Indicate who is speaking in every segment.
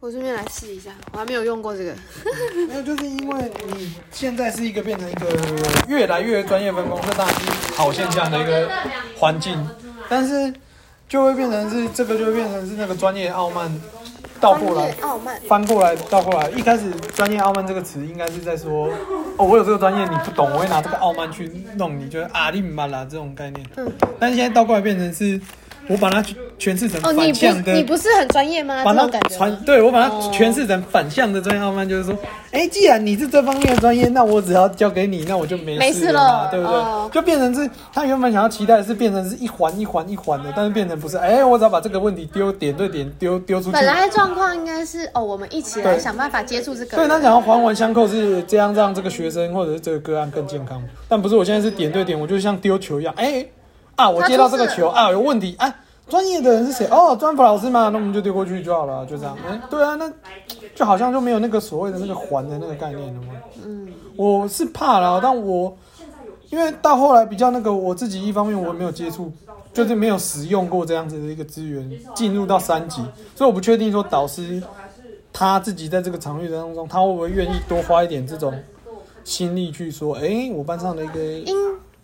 Speaker 1: 我顺便来试一下，我还没有用过这个。
Speaker 2: 没有，就是因为你现在是一个变成一个越来越专业分工，这当然是好现象的一个环境，但是就会变成是这个，就会变成是那个专业傲慢倒过来
Speaker 1: 专业傲哦慢，
Speaker 2: 翻过来倒过来。一开始“专业傲慢”这个词应该是在说，哦，我有这个专业你不懂，我会拿这个傲慢去弄你，就是啊，你妈啦这种概念。
Speaker 1: 嗯，
Speaker 2: 但是现在倒过来变成是，我把它诠释成
Speaker 1: 哦，你
Speaker 2: 反向
Speaker 1: 不
Speaker 2: 的。
Speaker 1: 你不是很专业吗？
Speaker 2: 把
Speaker 1: 这
Speaker 2: 它
Speaker 1: 种感觉
Speaker 2: 传
Speaker 1: 吗，哦
Speaker 2: 对我把它诠释成反向的专业傲慢，就是说，哎、既然你是这方面的专业，那我只要交给你，那我就没
Speaker 1: 没事
Speaker 2: 事嘛
Speaker 1: 了
Speaker 2: 对不对？
Speaker 1: 哦
Speaker 2: 就变成是他原本想要期待的是变成是一环一环一环的，但是变成不是，哎、我只要把这个问题丢点对点丢丢出去
Speaker 1: 本。来状况应该是哦，我们一起来
Speaker 2: 对
Speaker 1: 想办法接触这个。
Speaker 2: 所以他想要环环相扣，是这样让这个学生或者是这个个案更健康。但不是，我现在是点对点，我就像丢球一样，哎、啊，我接到这个球啊，有问题啊，专业的人是谁？哦，专辅老师嘛，那我们就丢过去就好了，就这样。哎、对啊，那就好像就没有那个所谓的那个环的那个概念了嘛。
Speaker 1: 嗯，
Speaker 2: 我是怕啦，但我因为到后来比较那个，我自己一方面我没有接触，就是没有使用过这样子的一个资源，进入到三级，所以我不确定说导师他自己在这个场域当中，他会不会愿意多花一点这种心力去说，哎、我班上的一个
Speaker 1: 应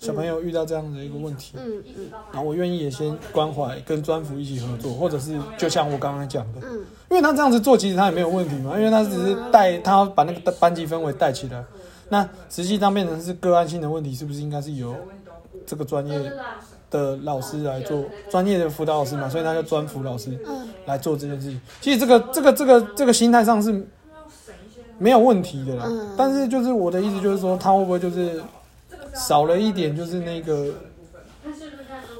Speaker 2: 小朋友遇到这样的一个问题，
Speaker 1: 嗯嗯
Speaker 2: 然后我愿意也先关怀，跟专辅一起合作，或者是就像我刚刚讲的，
Speaker 1: 嗯
Speaker 2: 因为他这样子做，其实他也没有问题嘛，因为他只是带他把那个班级氛围带起来。那实际上变成是个案性的问题，是不是应该是由这个专业
Speaker 3: 啊
Speaker 2: 的老师来做专业的辅导老师嘛？所以他叫专辅老师
Speaker 1: 嗯，
Speaker 2: 来做这件事情。其实这个这个这个这个心态上是没有问题的啦。
Speaker 1: 嗯
Speaker 2: 但是就是我的意思就是说，他会不会就是少了一点，就是那个。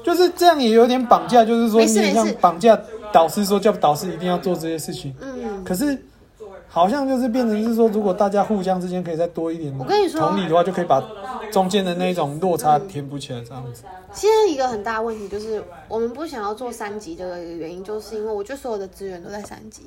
Speaker 2: 就是这样，也有点绑架，就是说，
Speaker 1: 没
Speaker 2: 你
Speaker 1: 事
Speaker 2: 也像
Speaker 1: 没事
Speaker 2: 绑架导师说，叫导师一定要做这些事情。
Speaker 1: 嗯，
Speaker 2: 可是好像就是变成是说，如果大家互相之间可以再多一点
Speaker 1: 我跟你说
Speaker 2: 同理的话，就可以把中间的那种落差填补起来，这样子。
Speaker 1: 现在一个很大的问题就是，我们不想要做三级这个原因，就是因为我觉得所有的资源都在三级。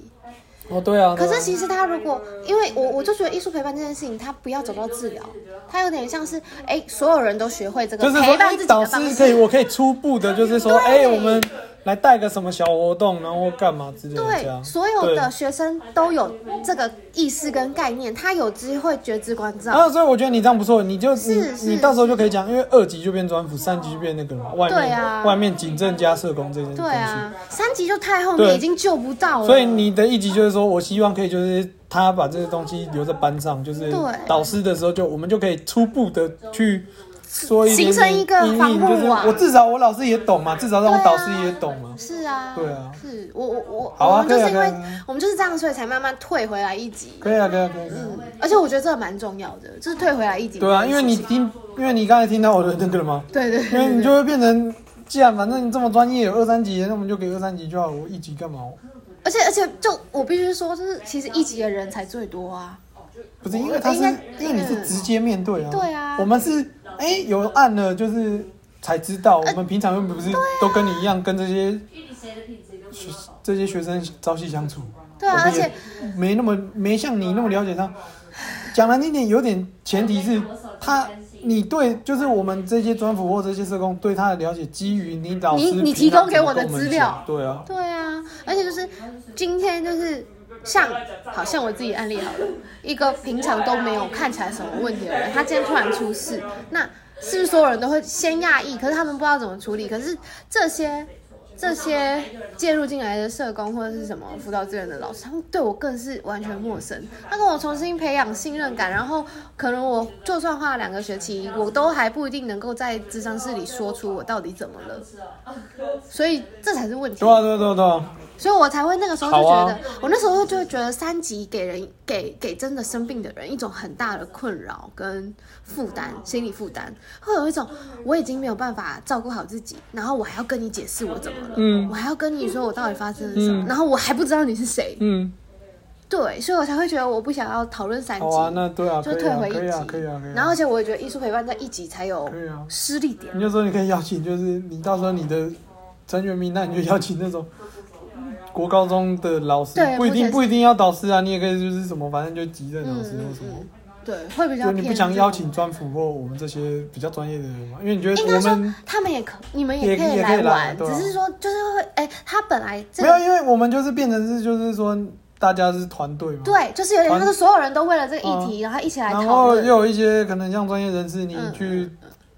Speaker 2: 哦，对啊。
Speaker 1: 可
Speaker 2: 对啊
Speaker 1: 是其实他如果，因为我我就觉得艺术陪伴这件事情，他不要走到治疗，他有点像是哎，所有人都学会这个
Speaker 2: 就是说，
Speaker 1: 陪伴
Speaker 2: 哎
Speaker 1: 自己，
Speaker 2: 导
Speaker 1: 的方
Speaker 2: 师
Speaker 1: 式。
Speaker 2: 可以，我可以初步的，就是说，
Speaker 1: 对
Speaker 2: 哎，我们来带个什么小活动，然后干嘛之类的，这
Speaker 1: 对，
Speaker 2: 样。
Speaker 1: 所有
Speaker 2: 对
Speaker 1: 的学生都有这个意识跟概念，他有机会觉知关照。
Speaker 2: 啊，所以我觉得你这样不错，你就你
Speaker 1: 是是
Speaker 2: 你到时候就可以讲，因为二级就变专辅，三级就变那个嘛，外
Speaker 1: 对
Speaker 2: 面、
Speaker 1: 啊
Speaker 2: 外面警政加社工这些东西。
Speaker 1: 对啊，三级就太后
Speaker 2: 对
Speaker 1: 面已经救不到了。
Speaker 2: 所以你的一集就是说，我希望可以就是他把这些东西留在班上，就是
Speaker 1: 对
Speaker 2: 导师的时候就我们就可以初步的去说一点点
Speaker 1: 形成一个
Speaker 2: 阴
Speaker 1: 防
Speaker 2: 影，
Speaker 1: 护
Speaker 2: 就是
Speaker 1: 网
Speaker 2: 我至少我老师也懂嘛，至少让我
Speaker 1: 对啊
Speaker 2: 导师也懂嘛。
Speaker 1: 是啊，
Speaker 2: 对啊
Speaker 1: 是我我我，
Speaker 2: 好啊
Speaker 1: 我们就是因
Speaker 2: 可以啊
Speaker 1: 为
Speaker 2: 可以啊
Speaker 1: 我们就是这样，所以才慢慢退回来一级。
Speaker 2: 可以啊，可以啊，可以啊。
Speaker 1: 嗯，而且我觉得这个蛮重要的，就是退回来一级。
Speaker 2: 对啊，因为你听，因为你刚才听到我的那个了吗？
Speaker 1: 对对
Speaker 2: 因
Speaker 1: 对
Speaker 2: 为你就会变成，既然反正你这么专业，有二三级，那我们就给二三级就好，我一级干嘛？
Speaker 1: 而且而且就我必须说，就是其实一级的人才最多啊。
Speaker 2: 不是因为他是
Speaker 1: 应该
Speaker 2: 因为你是直接面对啊，
Speaker 1: 对啊
Speaker 2: 我们是哎、有按了就是才知道，
Speaker 1: 呃
Speaker 2: 我们平常又不是
Speaker 1: 啊
Speaker 2: 都跟你一样跟这些学这些学生朝夕相处，
Speaker 1: 对啊，
Speaker 2: 我
Speaker 1: 而
Speaker 2: 们也
Speaker 1: 且
Speaker 2: 没那么没像你那么了解他。讲难听点，有点前提是他你对就是我们这些专辅或这些社工对他的了解，基于你老师
Speaker 1: 你你
Speaker 2: 平常
Speaker 1: 提供给我的
Speaker 2: 怎么跟
Speaker 1: 资
Speaker 2: 们
Speaker 1: 料
Speaker 2: 讲，对啊，
Speaker 1: 对啊，而且就是今天就是像好像我自己案例好了，一个平常都没有看起来什么问题的人，他今天突然出事，那是不是所有人都会先讶异？可是他们不知道怎么处理。可是这些这些介入进来的社工或者是什么辅导资源的老师，他们对我更是完全陌生。他跟我重新培养信任感，然后可能我就算花了两个学期，我都还不一定能够在智商室里说出我到底怎么了。所以这才是问题。
Speaker 2: 对啊，对啊，对啊，对啊，
Speaker 1: 所以我才会那个时候就觉得，
Speaker 2: 好啊
Speaker 1: 我那时候就会觉得三级给人给给真的生病的人一种很大的困扰跟负担，心理负担，会有一种我已经没有办法照顾好自己，然后我还要跟你解释我怎么了，
Speaker 2: 嗯
Speaker 1: 我还要跟你说我到底发生了什么，
Speaker 2: 嗯
Speaker 1: 然后我还不知道你是谁，
Speaker 2: 嗯，
Speaker 1: 对，所以我才会觉得我不想要讨论三级，
Speaker 2: 好啊，那对啊，
Speaker 1: 就
Speaker 2: 可以
Speaker 1: 退
Speaker 2: 啊，
Speaker 1: 回一
Speaker 2: 可以啊
Speaker 1: 级，
Speaker 2: 可以啊，可以啊，
Speaker 1: 然后而且我也觉得艺术陪伴在一级才有
Speaker 2: 可以啊。
Speaker 1: 失力点，
Speaker 2: 你就说你可以邀请，就是你到时候你的成员名单，你就邀请那种国高中的老师
Speaker 1: 对，
Speaker 2: 不一
Speaker 1: 目前
Speaker 2: 定
Speaker 1: 是
Speaker 2: 不一定要导师啊，你也可以就是什么，反正就级任老师或什
Speaker 1: 嗯
Speaker 2: 么。
Speaker 1: 对，会比较
Speaker 2: 就
Speaker 1: 偏
Speaker 2: 你
Speaker 1: 这种。
Speaker 2: 不想邀请专辅或我们这些比较专业的人嘛，因为你觉得
Speaker 1: 应该
Speaker 2: 我
Speaker 1: 说
Speaker 2: 们
Speaker 1: 他们也可，你们
Speaker 2: 也
Speaker 1: 也可以
Speaker 2: 也可以
Speaker 1: 来
Speaker 2: 来
Speaker 1: 玩，
Speaker 2: 对啊
Speaker 1: 只是说就是会，哎、他本来这
Speaker 2: 没有，
Speaker 1: 个
Speaker 2: 因为我们就是变成是就是说。大家是团队嘛，
Speaker 1: 对，啊就是有点
Speaker 2: 团
Speaker 1: 像是所有人都为了这个议题，然后一起来
Speaker 2: 嗯然
Speaker 1: 讨
Speaker 2: 后
Speaker 1: 论。
Speaker 2: 又有一些可能像专业人士，你
Speaker 1: 嗯
Speaker 2: 去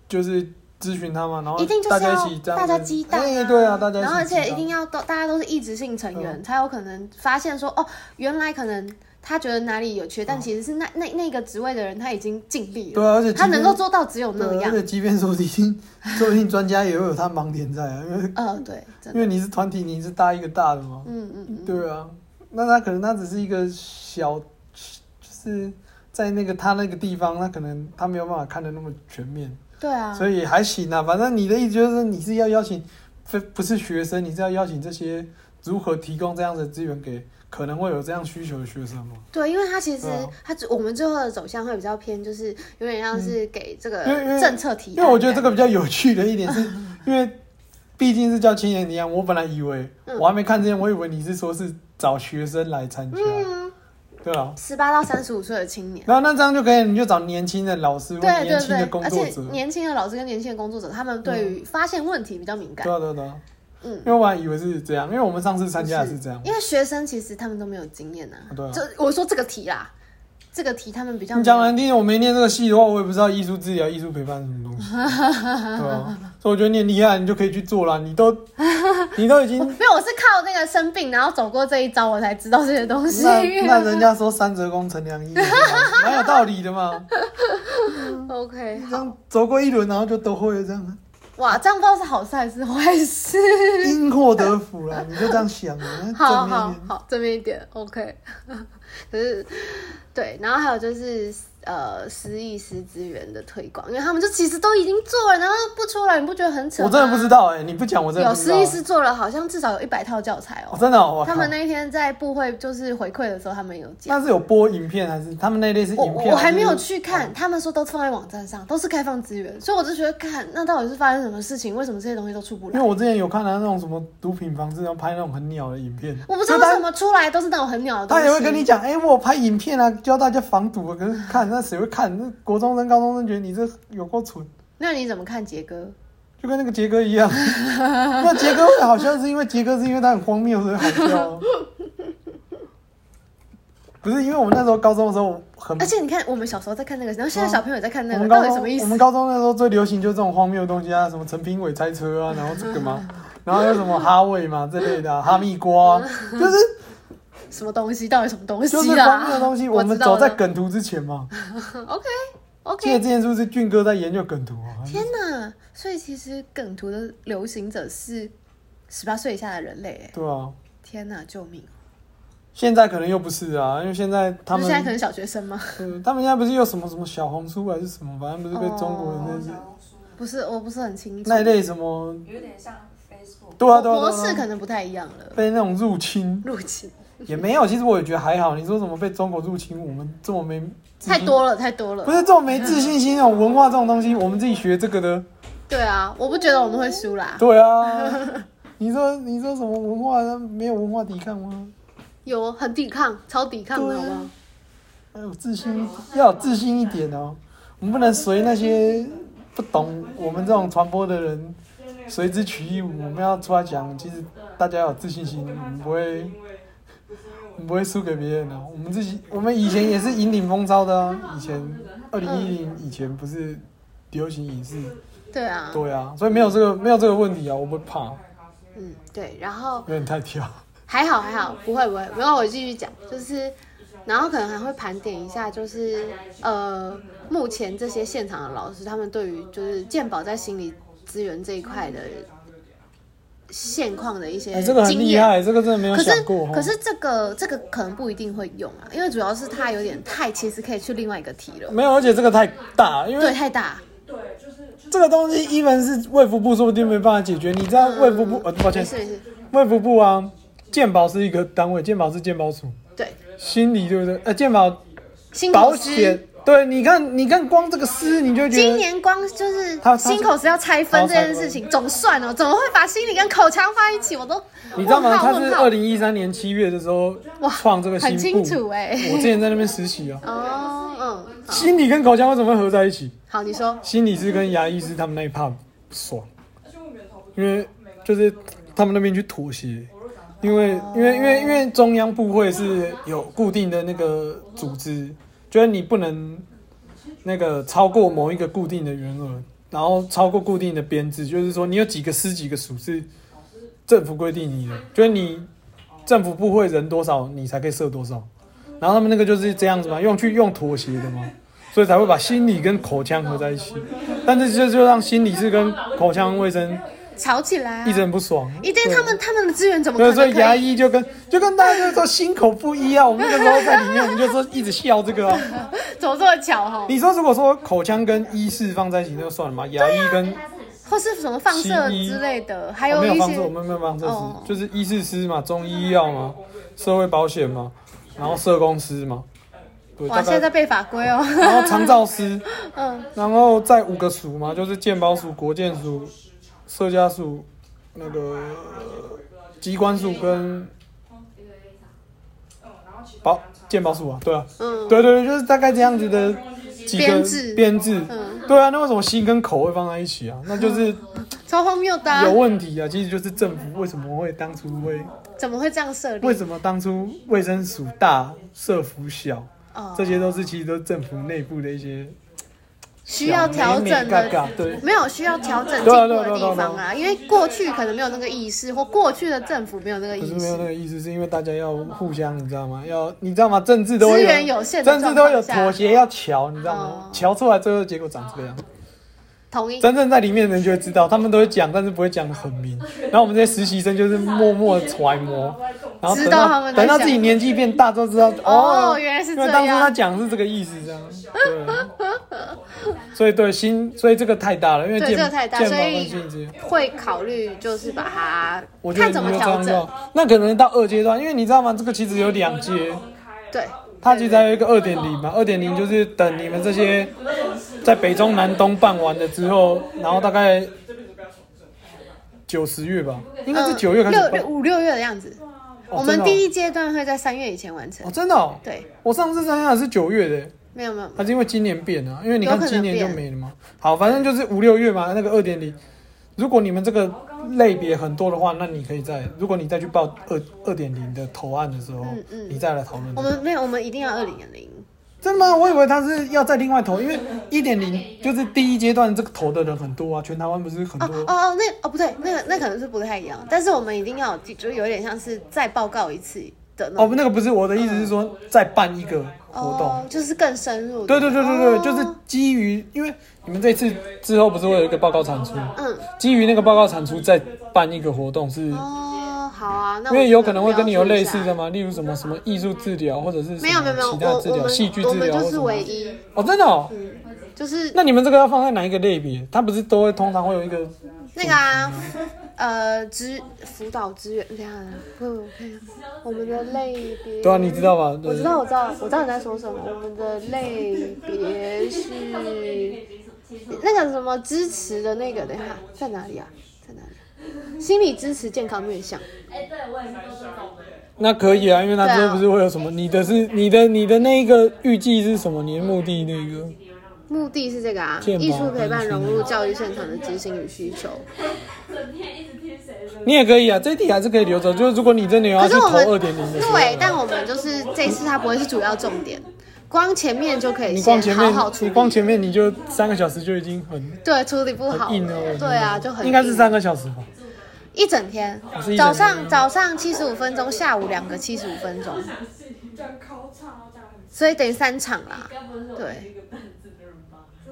Speaker 2: 就是咨询他嘛，然后
Speaker 1: 一定就是
Speaker 2: 大家
Speaker 1: 要
Speaker 2: 一起这样
Speaker 1: 大
Speaker 2: 子，
Speaker 1: 家激荡啊
Speaker 2: 哎对啊，大家一起
Speaker 1: 然后，而且
Speaker 2: 激
Speaker 1: 一
Speaker 2: 荡嗯
Speaker 1: 定要都大家都是一直性成员，才有可能发现说，哦，原来可能他觉得哪里有缺，但其实是那那那个职位的人他已经尽力
Speaker 2: 嗯对
Speaker 1: 了，
Speaker 2: 啊，而且
Speaker 1: 他
Speaker 2: 即便
Speaker 1: 能够做到只有那
Speaker 2: 对，而
Speaker 1: 样。
Speaker 2: 且即便说已经，说不定专家也会有他盲点在啊，因为
Speaker 1: 呃，对，真的，
Speaker 2: 因为你是团体，你是搭一个大的嘛，
Speaker 1: 嗯嗯嗯，
Speaker 2: 对啊，那他可能他只是一个小，就是在那个他那个地方，他可能他没有办法看得那么全面，
Speaker 1: 对啊，
Speaker 2: 所以还行啊。反正你的意思就是你是要邀请，非不是学生，你是要邀请这些如何提供这样的资源给可能会有这样需求的学生嘛？
Speaker 1: 对，因为他其实
Speaker 2: 对啊
Speaker 1: 他只我们最后的走向会比较偏，就是有点像是给这个
Speaker 2: 嗯因为因为
Speaker 1: 政策提案的感觉。
Speaker 2: 因为我觉得这个比较有趣的一点是，因为毕竟是叫青年提案，我本来以为、
Speaker 1: 嗯
Speaker 2: 我还没看之前，我以为你是说是找学生来参加，
Speaker 1: 嗯，
Speaker 2: 对啊。
Speaker 1: 十八到三十五岁的青年。
Speaker 2: 然后那这样就可以，你就找年轻的老师或
Speaker 1: 对
Speaker 2: 年
Speaker 1: 对
Speaker 2: 轻的
Speaker 1: 对，
Speaker 2: 工
Speaker 1: 而
Speaker 2: 作
Speaker 1: 且
Speaker 2: 者，嗯
Speaker 1: 年轻的老师跟年轻的工作者，他们对于发现问题比较敏感
Speaker 2: 对。啊对啊对啊，
Speaker 1: 嗯
Speaker 2: 因为我本来以为是这样，因为我们上次参加也是这样，
Speaker 1: 因为学生其实他们都没有经验呐、
Speaker 2: 啊对啊
Speaker 1: 就我说这个题啦，这个题他们比较
Speaker 2: 你讲难听，我没念这个系的话，我也不知道艺术治疗、艺术陪伴是什么 东西，对啊，所以我觉得你很厉害，你就可以去做了，你都你都已经
Speaker 1: 没有，我是靠那个生病，然后走过这一招，我才知道这些东西。
Speaker 2: 那那人家说三折功成良医，对吧蛮有道理的嘛。
Speaker 1: OK，
Speaker 2: 这样走过一轮，然后就都会了这样，
Speaker 1: 哇，这样不知道是好事还是坏事。
Speaker 2: 因祸得福啦。你就这样想啊，那
Speaker 1: 好
Speaker 2: 正面一
Speaker 1: 好
Speaker 2: 点
Speaker 1: 好，正面一点，OK。可是，对，然后还有就是呃，失忆失资源的推广，因为他们就其实都已经做了，然后不出来，你不觉得很扯吗？
Speaker 2: 我真的不知道哎、你不讲我真的
Speaker 1: 有
Speaker 2: 不知
Speaker 1: 失
Speaker 2: 道。
Speaker 1: 忆失做了，好像至少有一百套教材
Speaker 2: 哦
Speaker 1: 哦。
Speaker 2: 真的哦，我靠
Speaker 1: 他们那一天在部会就是回馈的时候，他们有讲。
Speaker 2: 那是有播影片还是他们那类是
Speaker 1: 我
Speaker 2: 影片？
Speaker 1: 我还没有
Speaker 2: 是哦
Speaker 1: 去看，他们说都放在网站上，都是开放资源，所以我就觉得看那到底是发生什么事情，为什么这些东西都出不
Speaker 2: 因
Speaker 1: 来
Speaker 2: 为？我之前有看到那种什么毒品防治，然后拍那种很鸟的影片，
Speaker 1: 我不知道
Speaker 2: 就
Speaker 1: 为
Speaker 2: 他
Speaker 1: 什么出来都是那种很鸟的东
Speaker 2: 他
Speaker 1: 西。
Speaker 2: 也会跟你讲，哎、我有拍影片啊，教大家防毒啊。可是看那谁会看？那国中生、高中生觉得你这有够蠢，
Speaker 1: 那你怎么看杰哥？
Speaker 2: 就跟那个杰哥一 样。那杰哥会好笑，是因为杰哥是因为他很荒谬所以好笑、啊。不是因为我们那时候高中的时候很
Speaker 1: 而，且你看，我们小时候在看那个，然后现在
Speaker 2: 嗯
Speaker 1: 小朋友也在看那
Speaker 2: 我
Speaker 1: 个，
Speaker 2: 们
Speaker 1: 到
Speaker 2: 高
Speaker 1: 底
Speaker 2: 中
Speaker 1: 什么意
Speaker 2: 我
Speaker 1: 思
Speaker 2: 们？高中那时候最流行就这种荒谬的东西啊，什么陈品伟拆车啊，然后这个 嘛，然后又什么哈味嘛这类的啊、哈密瓜啊、 就是
Speaker 1: 什么东西？到底什么东西啊
Speaker 2: 就是荒
Speaker 1: 啦
Speaker 2: 谬的东西。我们走在梗图之 前嘛，
Speaker 1: OK
Speaker 2: 记得
Speaker 1: OK。
Speaker 2: 之前是不是俊哥在研究梗图啊？
Speaker 1: 天哪！所以其实梗图的流行者是十八岁以下的人类。哎
Speaker 2: 对啊，
Speaker 1: 天哪！救命！
Speaker 2: 现在可能又不是啊，因为现在他
Speaker 1: 就
Speaker 2: 们
Speaker 1: 现在可能小学生吗？
Speaker 2: 嗯他们现在不是有什么什么小红书还是什么，反正不是被中国人那些、
Speaker 1: 哦不是，我不是很清楚。
Speaker 2: 那一类什么，
Speaker 4: 有点像 Facebook，
Speaker 2: 对啊对啊
Speaker 1: 模
Speaker 2: 对啊
Speaker 1: 式
Speaker 2: 对啊
Speaker 1: 可能不太一样了。
Speaker 2: 被那种入侵
Speaker 1: 入侵
Speaker 2: 也没有，其实我也觉得还好。你说什么被中国入侵，我们这么没自信
Speaker 1: 太多了，太多
Speaker 2: 不
Speaker 1: 了。
Speaker 2: 是这种没自信心、这种文化这种东西，我们自己学这个 的，
Speaker 1: 对啊，我不觉得我们会输啦。
Speaker 2: 对啊。你说你说什么文化？没有文化抵抗吗？
Speaker 1: 有很抵抗，超抵抗的
Speaker 2: 对
Speaker 1: 好
Speaker 2: 啊
Speaker 1: 不好？
Speaker 2: 要有自信，要有自信一点哦。我们不能随那些不懂我们这种传播的人随之取义。我们要出来讲，其实大家要有自信心，我们不会，我们不会输给别人的、啊我们自己，我们以前也是引领风骚的啊。以前二零一零以前不是流行影视。
Speaker 1: 对啊，
Speaker 2: 对啊，所以没有这个没有这个问题啊，我不会怕，
Speaker 1: 嗯，对。然后
Speaker 2: 有点 太挑。
Speaker 1: 还好还好，不会不会，没有我继续讲，就是，然后可能还会盘点一下，就是呃，目前这些现场的老师，他们对于就是健保在心理资源这一块的现况的一
Speaker 2: 哎、
Speaker 1: 些
Speaker 2: 这个很
Speaker 1: 经
Speaker 2: 厉
Speaker 1: 验。
Speaker 2: 害，这个真的没有
Speaker 1: 可是
Speaker 2: 想过。哦
Speaker 1: 可，是这个这个可能不一定会用啊，因为主要是它有点太，其实可以去另外一个题了，
Speaker 2: 没有，而且这个太大，因
Speaker 1: 对，
Speaker 2: 为
Speaker 1: 太大，
Speaker 4: 对，就是就是
Speaker 2: 这个东西一文是卫福部说不定没办法解决。你知道卫福部，呃，
Speaker 1: 嗯
Speaker 2: 抱
Speaker 1: 没
Speaker 2: 歉，
Speaker 1: 事没事，
Speaker 2: 卫福部啊，健保是一个单位，健保是健保署，
Speaker 1: 对，
Speaker 2: 心理对不对？呃，健保
Speaker 1: 辛苦
Speaker 2: 保
Speaker 1: 师
Speaker 2: 险，对，你看，你看光这个师，你就觉
Speaker 1: 今
Speaker 2: 得。
Speaker 1: 年光就是
Speaker 2: 他他
Speaker 1: 心口是要拆分
Speaker 2: 他
Speaker 1: 这
Speaker 2: 要拆
Speaker 1: 件
Speaker 2: 分
Speaker 1: 事情，总算哦了，怎么会把心理跟口腔放一起？我都
Speaker 2: 你知道吗？
Speaker 1: 问号
Speaker 2: 他是
Speaker 1: 问
Speaker 2: 二
Speaker 1: 号
Speaker 2: 零一三年七月的时候
Speaker 1: 哇
Speaker 2: 创这个
Speaker 1: 很清
Speaker 2: 新部，
Speaker 1: 楚哎、
Speaker 2: 我之前在那边实习啊。
Speaker 1: 哦，嗯，好
Speaker 2: 心理跟口腔为什么会合在一起？
Speaker 1: 好，你说，
Speaker 2: 心理师跟牙医师他们那一 part 不爽，因为就是他们那边去妥协，因为因为因为因为中央部会是有固定的那个组织，就是你不能那个超过某一个固定的员额，然后超过固定的编制，就是说你有几个师几个属是政府规定你的，就是你政府部会人多少，你才可以设多少。然后他们那个就是这样子嘛，用去用妥协的嘛，所以才会把心理跟口腔合在一起。但是这就让心理是跟口腔卫生
Speaker 1: 吵起来啊
Speaker 2: 一！直很不爽。
Speaker 1: 一定他们他们的资源怎么可
Speaker 2: 对，所
Speaker 1: 能
Speaker 2: 以
Speaker 1: 可以
Speaker 2: 牙医就跟就跟大家就说心口不一啊。我们那个时候在里面，我们就说一直笑这个、 啊。
Speaker 1: 怎么这么巧哈？
Speaker 2: 你说如果说口腔跟医师放在一起，那就算了嘛。
Speaker 1: 啊
Speaker 2: 牙医跟
Speaker 1: 或是什么放射
Speaker 2: 西医
Speaker 1: 之类的，还
Speaker 2: 我
Speaker 1: 有
Speaker 2: 哦没有
Speaker 1: 一
Speaker 2: 放
Speaker 1: 些
Speaker 2: 射，我们没有放射师
Speaker 1: 哦，
Speaker 2: 就是医师师嘛，中医药嘛，社会保险嘛，然后社工师嘛，对，
Speaker 1: 哇，
Speaker 2: 大
Speaker 1: 现在
Speaker 2: 概
Speaker 1: 在背法规哦。
Speaker 2: 然后长照师，
Speaker 1: 嗯，
Speaker 2: 然后再五个署嘛，就是健保署、国健署、社家署、那个机关署跟保健保署啊，对啊，
Speaker 1: 嗯，
Speaker 2: 对对，对就是大概这样子的几个
Speaker 1: 编制
Speaker 2: 编制
Speaker 1: 嗯
Speaker 2: 对啊，那为什么心跟口会放在一起啊？那就是
Speaker 1: 超荒谬 的啊、
Speaker 2: 有问题啊！其实就是政府为什么会当初会
Speaker 1: 怎么会这样设
Speaker 2: 为
Speaker 1: 立？
Speaker 2: 什么当初卫生署大社服小，
Speaker 1: 哦
Speaker 2: 这些都是其实都是政府内部的一些
Speaker 1: 需要调
Speaker 2: 小
Speaker 1: 整
Speaker 2: 美美嘎
Speaker 1: 的
Speaker 2: 嘎对。
Speaker 1: 没有需要调整进
Speaker 2: 对啊
Speaker 1: 步的
Speaker 2: 对啊对啊
Speaker 1: 地方啊，因为过去可能没有那个意识，或过去的政府没有那个
Speaker 2: 可是
Speaker 1: 意
Speaker 2: 没有那
Speaker 1: 识，
Speaker 2: 个意思，是因为大家要互相，你知道吗？要你知道吗？政治都
Speaker 1: 资
Speaker 2: 会
Speaker 1: 源
Speaker 2: 有，
Speaker 1: 有限的
Speaker 2: 政治
Speaker 1: 状
Speaker 2: 都
Speaker 1: 况
Speaker 2: 有
Speaker 1: 下
Speaker 2: 妥，协要瞧，你知道吗
Speaker 1: 哦？
Speaker 2: 瞧出来最后结果长这个样子。
Speaker 1: 同意。
Speaker 2: 真正在里面的人就会知道，他们都会讲，但是不会讲的很 明。然后我们这些实习生就是默默地揣摩，然后
Speaker 1: 知
Speaker 2: 等
Speaker 1: 道他们
Speaker 2: 到
Speaker 1: 在
Speaker 2: 等到
Speaker 1: 想
Speaker 2: 自己年纪变大之后知道，
Speaker 1: 哦，
Speaker 2: 哦，
Speaker 1: 原来是
Speaker 2: 因
Speaker 1: 这
Speaker 2: 为当初他
Speaker 1: 样。
Speaker 2: 讲是这个意思，这样。对。所以对心，所以这个太大了，因为
Speaker 1: 对
Speaker 2: 健
Speaker 1: 这个太大
Speaker 2: 健保
Speaker 1: 所以
Speaker 2: 跟薪资，
Speaker 1: 会考虑就是把它
Speaker 2: 我觉得
Speaker 1: 看
Speaker 2: 你
Speaker 1: 怎么
Speaker 2: 就这
Speaker 1: 调
Speaker 2: 样
Speaker 1: 整
Speaker 2: 用，。那可能到二阶段，因为你知道吗？这个其实有两阶。
Speaker 1: 对，
Speaker 2: 它其实还有一个二点零嘛，二点零就是等你们这些在北中南东办完了之后，然后大概九十月吧，应该是九月开始
Speaker 1: 嗯
Speaker 2: 办
Speaker 1: 六。五六月的样子。
Speaker 2: 哦
Speaker 1: 我们第
Speaker 2: 一
Speaker 1: 一阶段会在三月以前完成
Speaker 2: 哦，。真的哦，
Speaker 1: 对，
Speaker 2: 我上次参加的是九月的，
Speaker 1: 没有没有，
Speaker 2: 还是因为今年变啊？因为你
Speaker 1: 有
Speaker 2: 看
Speaker 1: 可能
Speaker 2: 今年就
Speaker 1: 变
Speaker 2: 没了嘛。好，反正就是五六月嘛，那个二点零。如果你们这个类别很多的话，那你可以在如果你再去报二二点零的投案的时候，
Speaker 1: 嗯嗯
Speaker 2: 你再来讨论
Speaker 1: 我
Speaker 2: 这个。
Speaker 1: 们没有，我们一定要二零零。
Speaker 2: 真的吗？我以为他是要再另外投，因为一点零就是第一阶段这个投的人很多啊，全台湾不是很
Speaker 1: 哦
Speaker 2: 多。
Speaker 1: 哦哦，那哦不对，那个那可能是不太一样，但是我们一定要有记，就有点像是再报告一次的那种
Speaker 2: 哦，不，那个不是我的意思是说再办一个活动。
Speaker 1: 哦，就是更深入的。
Speaker 2: 对对对对对，
Speaker 1: 哦
Speaker 2: 就是基于因为你们这次之后不是会有一个报告产出，
Speaker 1: 嗯
Speaker 2: 基于那个报告产出再办一个活动是，因
Speaker 1: 哦，好啊，那我
Speaker 2: 为有可能会跟你有类似
Speaker 1: 就
Speaker 2: 的嘛，例如什么什么艺术治疗或者是什么
Speaker 1: 没有没有没有，
Speaker 2: 其
Speaker 1: 我
Speaker 2: 他治
Speaker 1: 我
Speaker 2: 疗、
Speaker 1: 们
Speaker 2: 戏剧
Speaker 1: 我
Speaker 2: 治
Speaker 1: 们
Speaker 2: 疗
Speaker 1: 就
Speaker 2: 或
Speaker 1: 是
Speaker 2: 什
Speaker 1: 唯
Speaker 2: 么。
Speaker 1: 一，嗯
Speaker 2: 哦，真的哦。
Speaker 1: 就是
Speaker 2: 那你们这个要放在哪一个类别？它不是都会通常会有一个
Speaker 1: 那个啊，呃，支辅导资源这样啊，会我看一下我们的类别。
Speaker 2: 对啊，你知道吧？对
Speaker 1: 我知道，我知道，我知道你在说什么。我们的类别是
Speaker 3: 哎
Speaker 1: 那个什么支持的那个，等一下在哪里啊？在哪里？啊心理支持健康面向，
Speaker 3: 哎，对我也是做这种的。
Speaker 2: 那可以啊，因为他之后不是会有什么？你的是你的你的那一个预计是什么？你的目的那个
Speaker 1: 目的是这个啊，
Speaker 2: 健保
Speaker 1: 艺术陪伴融入教育现场的执行与需求。
Speaker 3: 整天一直听谁的？
Speaker 2: 你也可以啊，这一题还是可以留着。就是如果你真的有要
Speaker 1: 可
Speaker 2: 去
Speaker 1: 是我
Speaker 2: 投
Speaker 1: 们
Speaker 2: 二点零的时候，啊
Speaker 1: 对，但我们就是这次它不会是主要重点，光前面就可以
Speaker 2: 你光
Speaker 1: 先
Speaker 2: 前
Speaker 1: 好
Speaker 2: 面
Speaker 1: 好处
Speaker 2: 你
Speaker 1: 理。
Speaker 2: 光前面你就三个小时就已经很
Speaker 1: 对，处理不好
Speaker 2: 很硬了。哦我觉得
Speaker 1: 对啊，就很
Speaker 2: 应该是
Speaker 1: 硬
Speaker 2: 三个小时吧。
Speaker 1: 一整天
Speaker 2: 是，一整天
Speaker 1: 早上早上七十五分钟，下午两个七十五分钟，所以等于三场啦。对，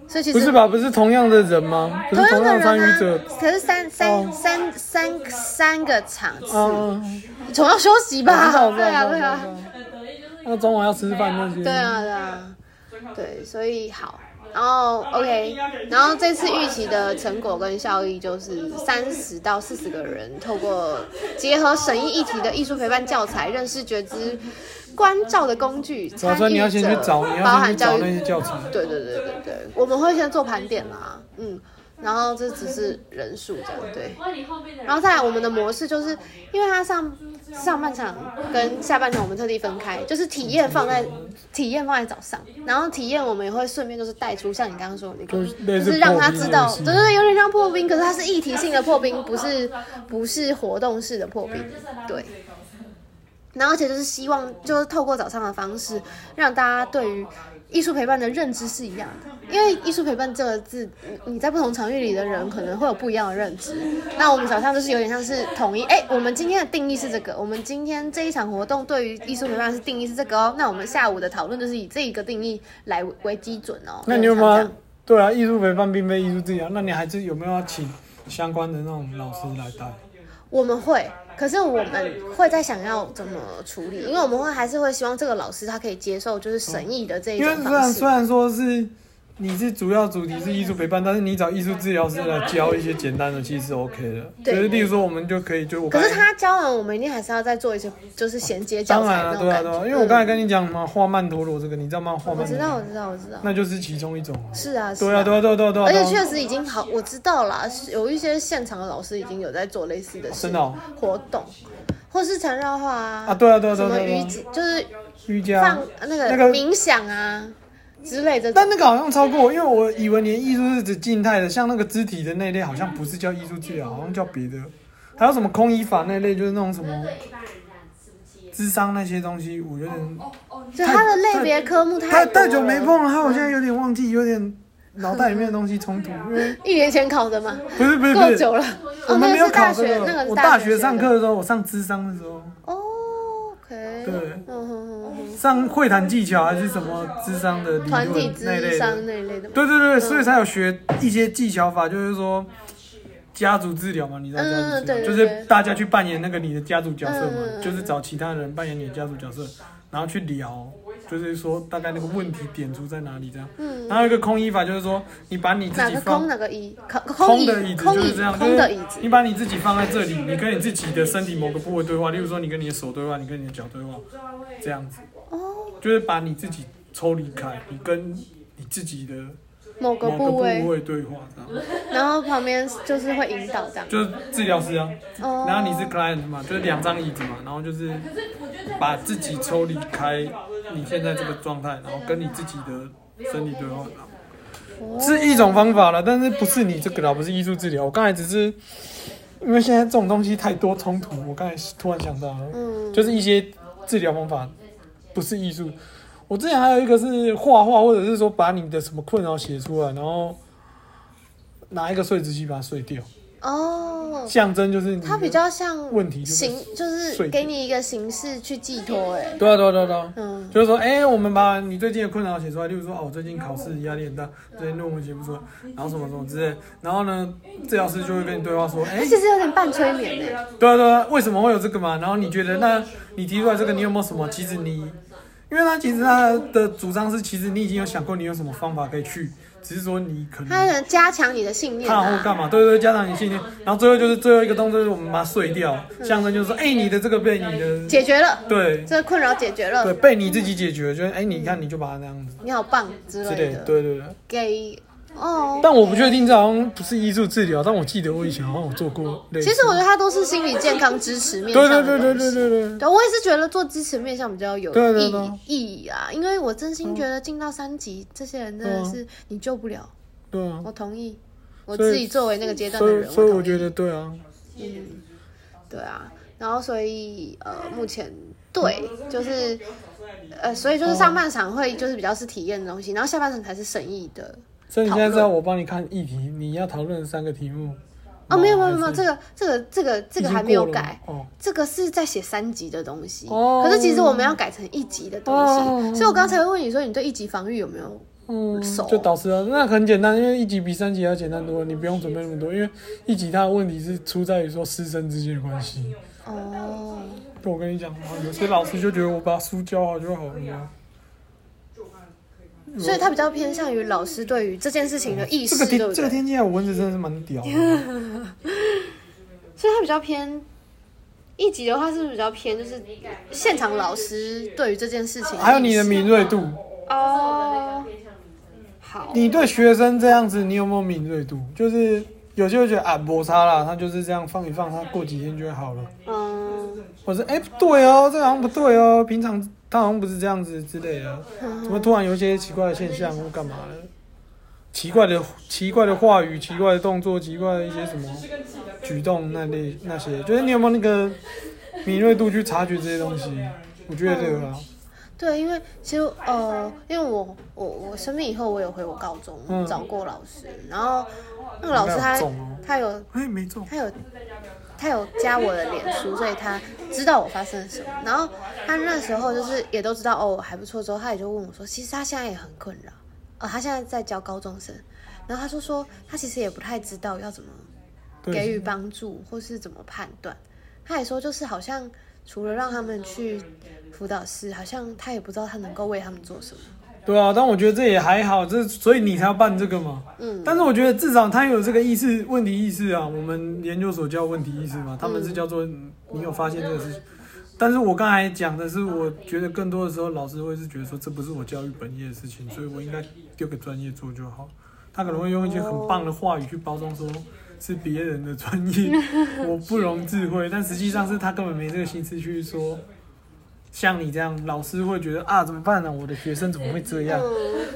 Speaker 1: 所以其
Speaker 2: 不是
Speaker 1: 实
Speaker 2: 吧？不是同样的人吗？不是
Speaker 1: 同样的
Speaker 2: 同样的参
Speaker 1: 人
Speaker 2: 与者
Speaker 1: 啊。，可是三三
Speaker 2: 哦
Speaker 1: 三三三个场次，
Speaker 2: 嗯，嗯
Speaker 1: 总要休息吧？
Speaker 2: 嗯
Speaker 1: 对啊，对啊，
Speaker 2: 那中午要吃饭那些。
Speaker 1: 对啊，对啊，对，所以好。然后 OK，然后这次预期的成果跟效益就是三十到四十个人透过结合审议议题的艺术陪伴教材，认识觉知关照的工具，
Speaker 2: 对啊
Speaker 1: 参
Speaker 2: 所以你要
Speaker 1: 与
Speaker 2: 先去
Speaker 1: 者
Speaker 2: 找，你
Speaker 1: 包
Speaker 2: 要先
Speaker 1: 含
Speaker 2: 去找
Speaker 1: 教
Speaker 2: 那
Speaker 1: 育
Speaker 2: 些，教材。
Speaker 1: 对对对对对，我们会先做盘点啦，嗯，然后这只是人数这样对。
Speaker 3: 哇，你后面的人。
Speaker 1: 然后再来我们的模式就是，因为它上上半场跟下半场我们特地分开，就是体验放在体验放在早上，然后体验我们也会顺便就是带出像你刚刚说的那个
Speaker 2: 就是类
Speaker 1: 就
Speaker 2: 似
Speaker 1: 是让他
Speaker 2: 破冰
Speaker 1: 知道
Speaker 2: 游，戏
Speaker 1: 对对对，有点像破冰，可是它是一体性的破冰，不是不是活动式的破冰。对，然后而且就是希望，就是透过早上的方式，让大家对于艺术陪伴的认知是一样的。因为艺术陪伴这个字，你你在不同场域里的人可能会有不一样的认知。那我们早上就是有点像是统一，哎，我们今天的定义是这个，我们今天这一场活动对于艺术陪伴是定义是这个哦。那我们下午的讨论就是以这一个定义来为为基准哦。
Speaker 2: 那你有没有
Speaker 1: 点像这
Speaker 2: 要
Speaker 1: 样？
Speaker 2: 对啊，艺术陪伴并非艺术治疗，那你还是有没有要请相关的那种老师来带？
Speaker 1: 我们会，可是我们会在想要怎么处理，因为我们会还是会希望这个老师他可以接受就是审议的这一
Speaker 2: 因为
Speaker 1: 种
Speaker 2: 虽
Speaker 1: 方
Speaker 2: 然
Speaker 1: 式
Speaker 2: 虽。然说是你是主要主题是艺术陪伴，但是你找艺术治疗师来教一些简单的，其实是 OK 的。
Speaker 1: 对
Speaker 2: 就是例如说，我们就可以就我
Speaker 1: 可
Speaker 2: 刚
Speaker 1: 是
Speaker 2: 才
Speaker 1: 他教完，我们一定还是要再做一些就是衔接教
Speaker 2: 当
Speaker 1: 材
Speaker 2: 然了、
Speaker 1: 那种
Speaker 2: 对啊
Speaker 1: 感
Speaker 2: 对
Speaker 1: 觉。
Speaker 2: 啊，因为我刚才跟
Speaker 1: 你，
Speaker 2: 你讲嘛，画曼陀罗这个，你知道吗？画
Speaker 1: 我
Speaker 2: 曼陀
Speaker 1: 知道，我
Speaker 2: 罗，
Speaker 1: 知道，我知道，
Speaker 2: 那就是其中一种啊。
Speaker 1: 是啊，是
Speaker 2: 对啊对啊对啊对啊对啊，
Speaker 1: 而
Speaker 2: 对
Speaker 1: 且
Speaker 2: 啊
Speaker 1: 确实已经好，我知道啦，是有一些现场的老师已经有在做类似的事
Speaker 2: 真的哦
Speaker 1: 活动，或是缠绕画啊，
Speaker 2: 啊，对啊对啊对
Speaker 1: 什
Speaker 2: 啊
Speaker 1: 么
Speaker 2: 对
Speaker 1: 瑜
Speaker 2: 啊，
Speaker 1: 伽，就是
Speaker 2: 瑜
Speaker 1: 放
Speaker 2: 伽。
Speaker 1: 那个
Speaker 2: 那个
Speaker 1: 冥想啊之类的。
Speaker 2: 但那个好像超过，因为我以为连艺术是指静态的，像那个肢体的那类好像不是叫艺术治疗，好像叫别的。还有什么空衣法那类，就是那种什么
Speaker 3: 对一般人这样吃不起。
Speaker 2: 智商那些东西，我有点
Speaker 4: 哦哦，
Speaker 1: 就它的类别科目
Speaker 2: 太
Speaker 1: 太多
Speaker 2: 太久没
Speaker 1: 了
Speaker 2: 碰了，害我现在有点忘记，有点脑袋里面的东西冲突，因 为
Speaker 1: 一年前考的吗？
Speaker 2: 不是不是不
Speaker 1: 够
Speaker 2: 是，
Speaker 1: 久了。
Speaker 2: 我们没有考这
Speaker 1: 哦那个是大学那个是
Speaker 2: 我
Speaker 1: 大
Speaker 2: 大
Speaker 1: 学
Speaker 2: 学上
Speaker 1: 的
Speaker 2: 课的时候，我上智商的时候，
Speaker 1: 哦，OK。
Speaker 2: 对
Speaker 1: 嗯哼哼哼
Speaker 2: 上会谈技巧还是什么智商的理
Speaker 1: 哼，团体
Speaker 2: 论那
Speaker 1: 智
Speaker 2: 类的
Speaker 1: 商，那一类的吗？
Speaker 2: 对对对，所以才有学一些技巧法，就是说。家族治疗嘛，你知道家
Speaker 1: 嗯
Speaker 2: 族治疗、
Speaker 1: 对对
Speaker 2: 就是
Speaker 1: 对
Speaker 2: 大家去扮演那个你的家族角色嘛，
Speaker 1: 嗯嗯嗯
Speaker 2: 就是找其他人扮演你的家族角色，然后去聊，就是说大概那个问题点出在哪里这样。
Speaker 1: 嗯，
Speaker 2: 然后有一个空衣法，就是说你把你自
Speaker 1: 哪
Speaker 2: 己
Speaker 1: 个
Speaker 2: 放
Speaker 1: 空哪个椅？空
Speaker 2: 空
Speaker 1: 椅
Speaker 2: 的椅，子
Speaker 1: 空
Speaker 2: 就是
Speaker 1: 椅
Speaker 2: 这样，，
Speaker 1: 空的
Speaker 2: 就
Speaker 1: 椅
Speaker 2: 是
Speaker 1: 子。
Speaker 2: 你把你自己放在这里，你跟你自己的身体某个部位对话，例如说你跟你的手对话，你跟你的脚对话，这样子，
Speaker 1: 哦，
Speaker 2: 就是把你自己抽离开，你跟你自己的
Speaker 1: 某个
Speaker 2: 某个
Speaker 1: 部
Speaker 2: 部
Speaker 1: 位，
Speaker 2: 位对话，这样，
Speaker 1: 然后旁边就是会引导这样。
Speaker 2: 就是治疗师啊，
Speaker 1: 哦，哎
Speaker 2: 然后你是 client 嘛，就是两张椅子嘛，然后就是把自己抽离开你现在这个状态，
Speaker 1: 啊
Speaker 2: 然后跟你自己的身体对话，然后
Speaker 1: 哦，
Speaker 2: 是一种方法了，但是不是你这个啦，不是艺术治疗。我刚才只是因为现在这种东西太多冲突，我刚才突然想到了，
Speaker 1: 嗯，
Speaker 2: 就是一些治疗方法不是艺术。我之前还有一个是画画，或者是说把你的什么困扰写出来，然后拿一个碎纸机把它碎掉，
Speaker 1: 哦，
Speaker 2: 象征就是你的
Speaker 1: 它比较像
Speaker 2: 问题就是
Speaker 1: 形，就是
Speaker 2: 碎
Speaker 1: 给你一个形式去寄托，哎，
Speaker 2: 对啊对啊对啊对啊。
Speaker 1: 嗯，
Speaker 2: 就是说，哎、我们把你最近的困扰写出来，例如说，哦，我最近考试压力很大，最近论文写不出来，然后什么什么之类，然后呢，治疗师就会跟你对话说，哎、
Speaker 1: 它其实有点半催眠哎，
Speaker 2: 对啊对啊，为什么会有这个嘛？然后你觉得，那你提出来这个，你有没有什么？其实你，因为他其实他的主张是，其实你已经有想过你有什么方法可以去，只是说你可
Speaker 1: 它
Speaker 2: 能
Speaker 1: 能加强你的信念
Speaker 2: 怕或
Speaker 1: 啊。
Speaker 2: 干嘛，对对对，加强你信念。然后最后就是最后一个动作，就是我们把它碎掉，象征就是说，哎、你的这个被你的
Speaker 1: 解决了，
Speaker 2: 对
Speaker 1: 这个困扰解决了
Speaker 2: 对，被你自己解决，就是哎、你看你就把它那样子
Speaker 1: 你好棒之
Speaker 2: 之
Speaker 1: 类
Speaker 2: 类，
Speaker 1: 的，
Speaker 2: 对对对。
Speaker 1: 给哦。
Speaker 2: 但我不确定这好像不是艺术治疗，但我记得我以前好像有做过类似
Speaker 1: 其
Speaker 2: 的。
Speaker 1: 实我觉得它都是心理健康支持面
Speaker 2: 对
Speaker 1: 向的
Speaker 2: 对
Speaker 1: 东西。
Speaker 2: 对对对对对。
Speaker 1: 对，我也是觉得做支持面向比较有意义
Speaker 2: 对对对嗯
Speaker 1: 意义啊，因为我真心觉得进到三级，这些人真的是你救不了。
Speaker 2: 对啊，
Speaker 1: 我同意，我
Speaker 2: 嗯所以
Speaker 1: 自己作为那个阶段
Speaker 2: 所
Speaker 1: 的
Speaker 2: 以
Speaker 1: 人，
Speaker 2: 所以我
Speaker 1: 同意嗯
Speaker 2: 觉得对啊，
Speaker 1: 对啊。然后所以呃，目前对就是呃，所以
Speaker 2: 哦
Speaker 1: 就是上半场会就是比较是体验的东西，然后下半场才是审议的。
Speaker 2: 所以你现在
Speaker 1: 讨论
Speaker 2: 知道我帮你看议题，你要讨论的三个题目。
Speaker 1: 哦，没有没有没有，
Speaker 2: 还是
Speaker 1: 这个这个这个这
Speaker 2: 已
Speaker 1: 个
Speaker 2: 经
Speaker 1: 还没有
Speaker 2: 过了吗
Speaker 1: 改，
Speaker 2: 哦。
Speaker 1: 这个是在写三级的东西，
Speaker 2: 哦
Speaker 1: 可是其实我们要改成一级的东西，
Speaker 2: 哦
Speaker 1: 所以我刚才会问你说你对一级防御有没有？
Speaker 2: 嗯
Speaker 1: 熟，
Speaker 2: 就导师啊，那很简单，因为一级比三级要简单多了，你不用准备那么多，因为一级它的问题是出在于说师生之间的关系。
Speaker 1: 哦，
Speaker 2: 就我跟你讲，有些老师就觉得我把书教好就好了，
Speaker 1: 所以它比较偏向于老师对于这件事情的意
Speaker 2: 这
Speaker 1: 识，
Speaker 2: 个
Speaker 1: 对不
Speaker 2: 天这
Speaker 1: 对
Speaker 2: 个？天气啊，我蚊子真的是蛮屌的。
Speaker 1: 所以它比较偏一级的话，是不是比较偏就是现场老师对于这件事情意识？
Speaker 2: 还有你的敏锐度，
Speaker 1: 哦，好，
Speaker 2: 你对学生这样子，你有没有敏锐度？就是有些会觉得啊，摩擦啦，他就是这样放一放，他过几天就会好了。
Speaker 1: 嗯，
Speaker 2: 或者是哎、不对哦，这个好像不对哦，平常他好像不是这样子之类的，
Speaker 1: 嗯
Speaker 2: 怎么突然有一些奇怪的现象或干嘛的？奇怪的奇怪的话语、奇怪的动作、奇怪的一些什么举动那类那些，就是你有没有那个敏锐度去察觉这些东西？我觉得这个啊，
Speaker 1: 对，因为其实呃，因为我我我生病以后，我有回我高中、
Speaker 2: 嗯
Speaker 1: 找过老师，然后那个老师他
Speaker 2: 没有中哦，
Speaker 1: 他有
Speaker 2: 哎、没中，
Speaker 1: 他有他有加我的脸书，所以他知道我发生了什么。然后他那时候就是也都知道哦，我还不错之后，他也就问我说，其实他现在也很困扰，呃，他现在在教高中生，然后他就说他其实也不太知道要怎么给
Speaker 2: 对
Speaker 1: 予，帮助或是怎么判断。他也说，就是好像除了让他们去辅导室，好像他也不知道他能够为他们做什么。
Speaker 2: 对啊，但我觉得这也还好，这所以你才要办这个嘛。
Speaker 1: 嗯，
Speaker 2: 但是我觉得至少他有这个意识、问题意识啊。我们研究所叫问题意识嘛，他们是叫做你有发现这个事情。但是我刚才讲的是，我觉得更多的时候老师会是觉得说这不是我教育本业的事情，所以我应该丢给专业做就好。他可能会用一些很棒的话语去包装说。是别人的专 业，我不容智慧，但实际上是他根本没这个心思去说。像你这样，老师会觉得啊，怎么办呢、我的学生怎么会这样？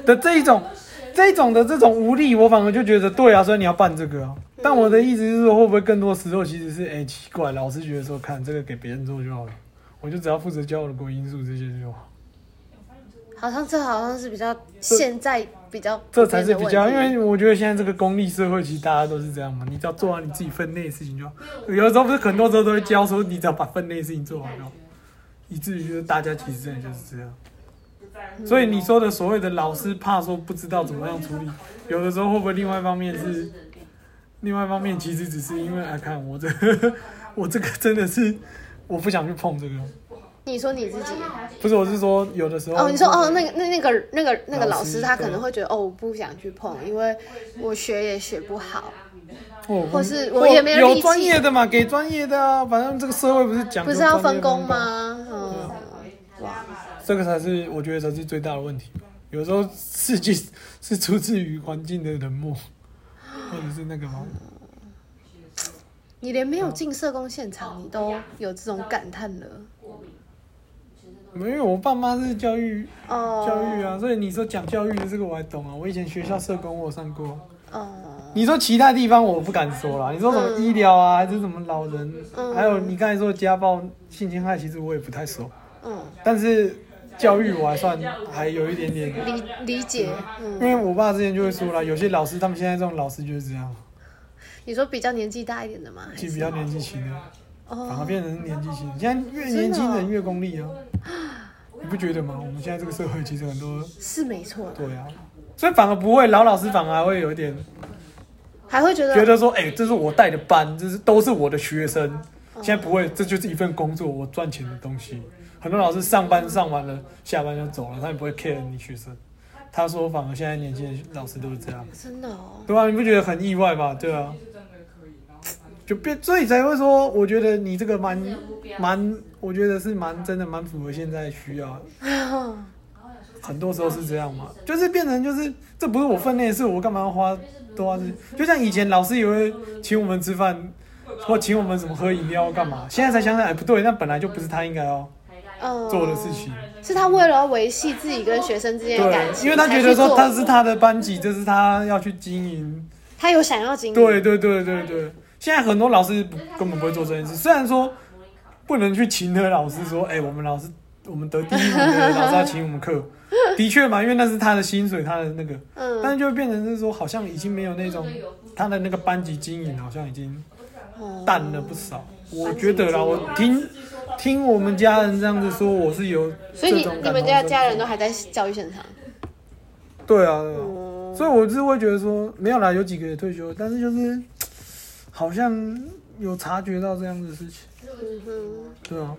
Speaker 2: 的这一种，这一种的这种无力，我反而就觉得对啊，所以你要办这个啊。但我的意思是说，会不会更多时候其实是，哎、奇怪，老师觉得说，看这个给别人做就好了，我就只要负责教我的国因素这些就好，
Speaker 1: 好像这好像是比较现在比较
Speaker 2: 这才是比较，
Speaker 1: 普遍
Speaker 2: 因
Speaker 1: 的问题
Speaker 2: 为我觉得现在这个功利社会，其实大家都是这样嘛，你只要做好你自己分内的事情就好。
Speaker 1: 哦
Speaker 2: 有的时候不是很多时候都会教说，你只要把分内的事情做好就好，以至于就是大家其实真的就是这样。所以你说的所谓的老师怕说不知道怎么样处理，有的时候会不会另外一方面是？另外一方面，其实只是因为啊，看我这个，我这个真的是我不想去碰这个。
Speaker 1: 你说你自己
Speaker 2: 不是，我是说有的时候。
Speaker 1: 哦，你说哦，那个那那个那个那个
Speaker 2: 老
Speaker 1: 老
Speaker 2: 师
Speaker 1: 师他可
Speaker 2: 对
Speaker 1: 能会觉得哦，我不想去碰，因为我学也学不好，
Speaker 2: 我
Speaker 1: 或是我也没有力
Speaker 2: 有
Speaker 1: 气
Speaker 2: 专业的嘛，给专业的啊。反正这个社会不是讲究
Speaker 1: 不是要
Speaker 2: 专
Speaker 1: 分
Speaker 2: 业
Speaker 1: 工
Speaker 2: 分？
Speaker 1: 吗？嗯，哇，
Speaker 2: 这个才是我觉得才是最大的问题。有时候世界 是出自于环境的 冷漠，或者是那个嘛。
Speaker 1: 你连没有进社工现场，你都有这种感叹了
Speaker 2: 没有，因为我爸妈是教育
Speaker 1: 哦，
Speaker 2: 教育啊，所以你说讲教育的这个我还懂啊。我以前学校社工我有上过啊。
Speaker 1: 哦，
Speaker 2: 你说其他地方我不敢说啦，你说什么医疗啊，还是什么老人，
Speaker 1: 嗯
Speaker 2: 还有你刚才说家暴、性侵害，其实我也不太熟，
Speaker 1: 嗯，
Speaker 2: 但是教育我还算还有一点点，
Speaker 1: 理理解，嗯，
Speaker 2: 因为我爸之前就会说了，有些老师他们现在这种老师就是这样，
Speaker 1: 你说比较年纪大一点的吗？还
Speaker 2: 其实
Speaker 1: 是
Speaker 2: 比较年纪轻的，反而
Speaker 1: 哦，
Speaker 2: 变成年纪轻，现在越年轻人越功利啊，你不觉得吗？我们现在这个社会其实很多
Speaker 1: 是没错的，
Speaker 2: 对啊，所以反而不会老老师反而还会有一点
Speaker 1: 还会觉得
Speaker 2: 觉得说，哎、这是我带的班，这是都是我的学生。现在不会，这就是一份工作，我赚钱的东西。很多老师上班上完了，下班就走了，他也不会 care 你学生。他说，反而现在年轻人老师都是这样，
Speaker 1: 真的哦，
Speaker 2: 对吧、啊你不觉得很意外吧？对啊，就变，所以才会说，我觉得你这个蛮蛮，我觉得是蛮真的蛮符合现在需要。很多时候是这样嘛，就是变成就是这不是我分内的事，我干嘛要花多花时间？就像以前老师也会请我们吃饭，或请我们什么喝饮料干嘛，现在才想想，哎不对，那本来就不是他应该要
Speaker 1: 嗯，
Speaker 2: 做的事情。
Speaker 1: 是他为了要维系自己跟学生之间的感
Speaker 2: 哦对，
Speaker 1: 情，
Speaker 2: 因为他觉得
Speaker 1: 才去
Speaker 2: 说
Speaker 1: 做
Speaker 2: 他是他的班级，这是他要去经营
Speaker 1: 他有想要经历，
Speaker 2: 对对对对对，现在很多老师不根本不会做这件事。虽然说不能去请的老师说，哎、我们老师我们得第一名的老师要请我们课， 的确嘛，因为那是他的薪水，他的那个，但
Speaker 1: 嗯，
Speaker 2: 是就变成是说，好像已经没有那种
Speaker 3: 嗯
Speaker 2: 他的那个班级经营，啊好像已经
Speaker 1: 哦
Speaker 2: 淡了不少。我觉得啦，我听听我们家人这样子说，我是有
Speaker 1: 所以你
Speaker 2: 这种感
Speaker 1: 你们
Speaker 2: 同
Speaker 1: 家
Speaker 2: 身
Speaker 1: 家人
Speaker 2: 受
Speaker 1: 都还在教育现场，
Speaker 2: 对啊，对啊。
Speaker 1: 哦，
Speaker 2: 所以我是会觉得说，没有啦，有几个也退休，但是就是好像有察觉到这样的事情，
Speaker 1: 嗯哼，
Speaker 2: 对啊。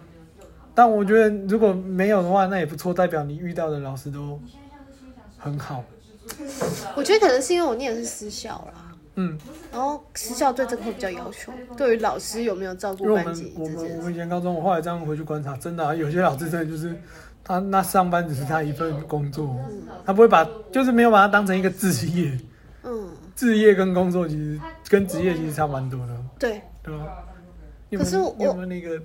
Speaker 2: 但我觉得如果没有的话，那也不错，代表你遇到的老师都很好。
Speaker 1: 我觉得可能是因为我念的是私校啦，
Speaker 2: 嗯，
Speaker 1: 然后私校对这个会比较要求，对于老师有没有照
Speaker 2: 因
Speaker 1: 顾
Speaker 2: 为我
Speaker 1: 班级
Speaker 2: 们我
Speaker 1: 这
Speaker 2: 们
Speaker 1: 件
Speaker 2: 我
Speaker 1: 事，嗯
Speaker 2: 们以前高中，我后来这样回去观察，真的、啊、有些老师真的就是他那上班只是他一份工作，他不会把就是没有把它当成一个职业，
Speaker 1: 嗯，
Speaker 2: 职业跟工作其实跟职业其实差蛮多的，
Speaker 1: 对，
Speaker 2: 对吧？你
Speaker 1: 可是
Speaker 2: 们
Speaker 1: 我
Speaker 2: 你们那个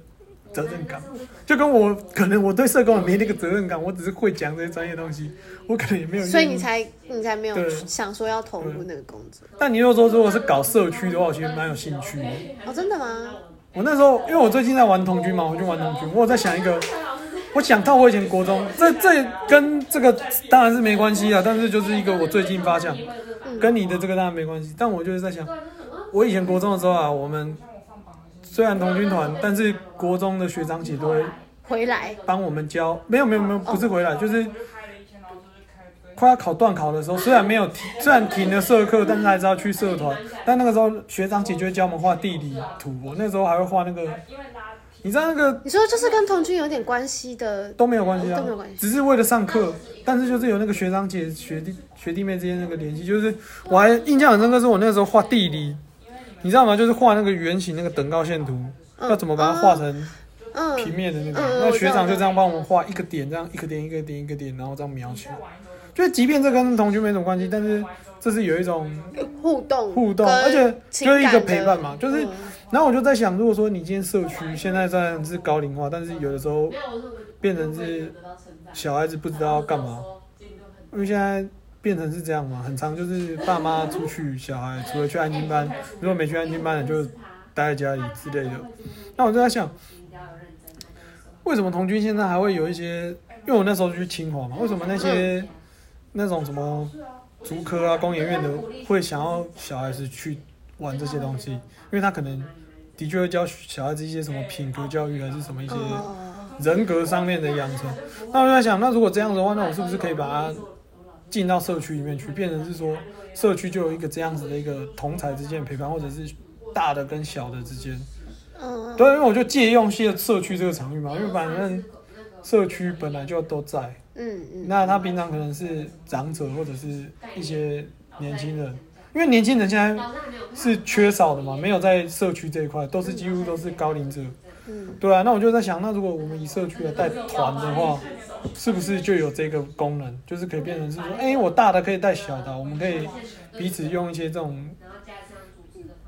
Speaker 2: 责任感，就跟我可能我对社工也没那个责任感，我只是会讲这些专业东西，我可能也没有。
Speaker 1: 所以你，才你才没有
Speaker 2: 对
Speaker 1: 想说要投入那个工作
Speaker 2: 但你又说如果是搞社区的话，我其实蛮有兴趣的。
Speaker 1: 哦？真的吗？
Speaker 2: 我那时候因为我最近在玩童军嘛，我就玩童军，我有在想一个，我想到我以前国中，这这跟这个当然是没关系啊，但是就是一个我最近发现，跟你的这个当然没关系，但我就是在想，我以前国中的时候啊，我们虽然童军团，但是国中的学长姐都会
Speaker 1: 回来
Speaker 2: 帮我们教，没有没有没有，不是回
Speaker 4: 哦
Speaker 2: 来，就是快要考段考的时候，虽然没有停，虽然停了社课，但是还是要去社团。但那个时候学长姐就会教我们画地理图，我那时候还会画那个，你知道那个
Speaker 1: 你说就是跟童军有点关系的，
Speaker 2: 都没有关系
Speaker 1: 都
Speaker 2: 啊
Speaker 1: 没，有关系。
Speaker 2: 只是为了上课，但是就是有那个学长姐、学弟、学弟妹之间那个联系，就是我还印象很深刻，是我那时候画地理，你知道吗？就是画那个圆形那个等高线图，
Speaker 1: 嗯
Speaker 2: 要怎么把它画成平
Speaker 1: 嗯，
Speaker 2: 面的那
Speaker 1: 嗯嗯
Speaker 2: 个，
Speaker 1: 我知
Speaker 2: 那
Speaker 1: 道
Speaker 2: 学长就这样帮我们画一个点，这样一个点一个点一个点，然后这样描起来。就是即便这跟同学没什么关系，但是这是有一种
Speaker 1: 互动
Speaker 2: 互动，
Speaker 1: 跟
Speaker 2: 而且
Speaker 1: 情
Speaker 2: 就是一个
Speaker 1: 感的
Speaker 2: 陪伴嘛。就是，
Speaker 1: 嗯
Speaker 2: 然后我就在想，如果说你今天社区现在虽然是高龄化，但是有的时候变成是小孩子不知道要干嘛，因为现在变成是这样嘛，很常就是爸妈出去，小孩除了去安亲班，如果没去安亲班的就待在家里之类的。那我就在想，为什么童军现在还会有一些？因为我那时候去清华嘛，为什么那些
Speaker 1: 嗯
Speaker 2: 那种什么竹科啊、工研院的会想要小孩子去玩这些东
Speaker 3: 啊
Speaker 2: 西？因为他可能的确会教小孩子一些什么品格教育，还是什么一些啊
Speaker 1: 哦
Speaker 2: 人格上面的养成。那我就在想，那如果这样子的话，那我是不是可以把它进到社区里面去，变成是说社区就有一个这样子的一个同才之间的陪伴，或者是大的跟小的之间。
Speaker 1: 嗯，
Speaker 2: 对，因为我就借用现社区这个场域嘛，因为反正社区本来就都在，
Speaker 1: 嗯嗯，
Speaker 2: 那他平常可能是长者或者是一些年轻人，因为年轻人现在是缺少的嘛，没有在社区这一块，都是几乎都是高龄者。
Speaker 1: 嗯，
Speaker 2: 对啊，那我就在想，那如果我们以社区来带团的话，是不是就有这个功能，就是可以变成是说，哎、我大的可以带小的，我们可以彼此用一些这种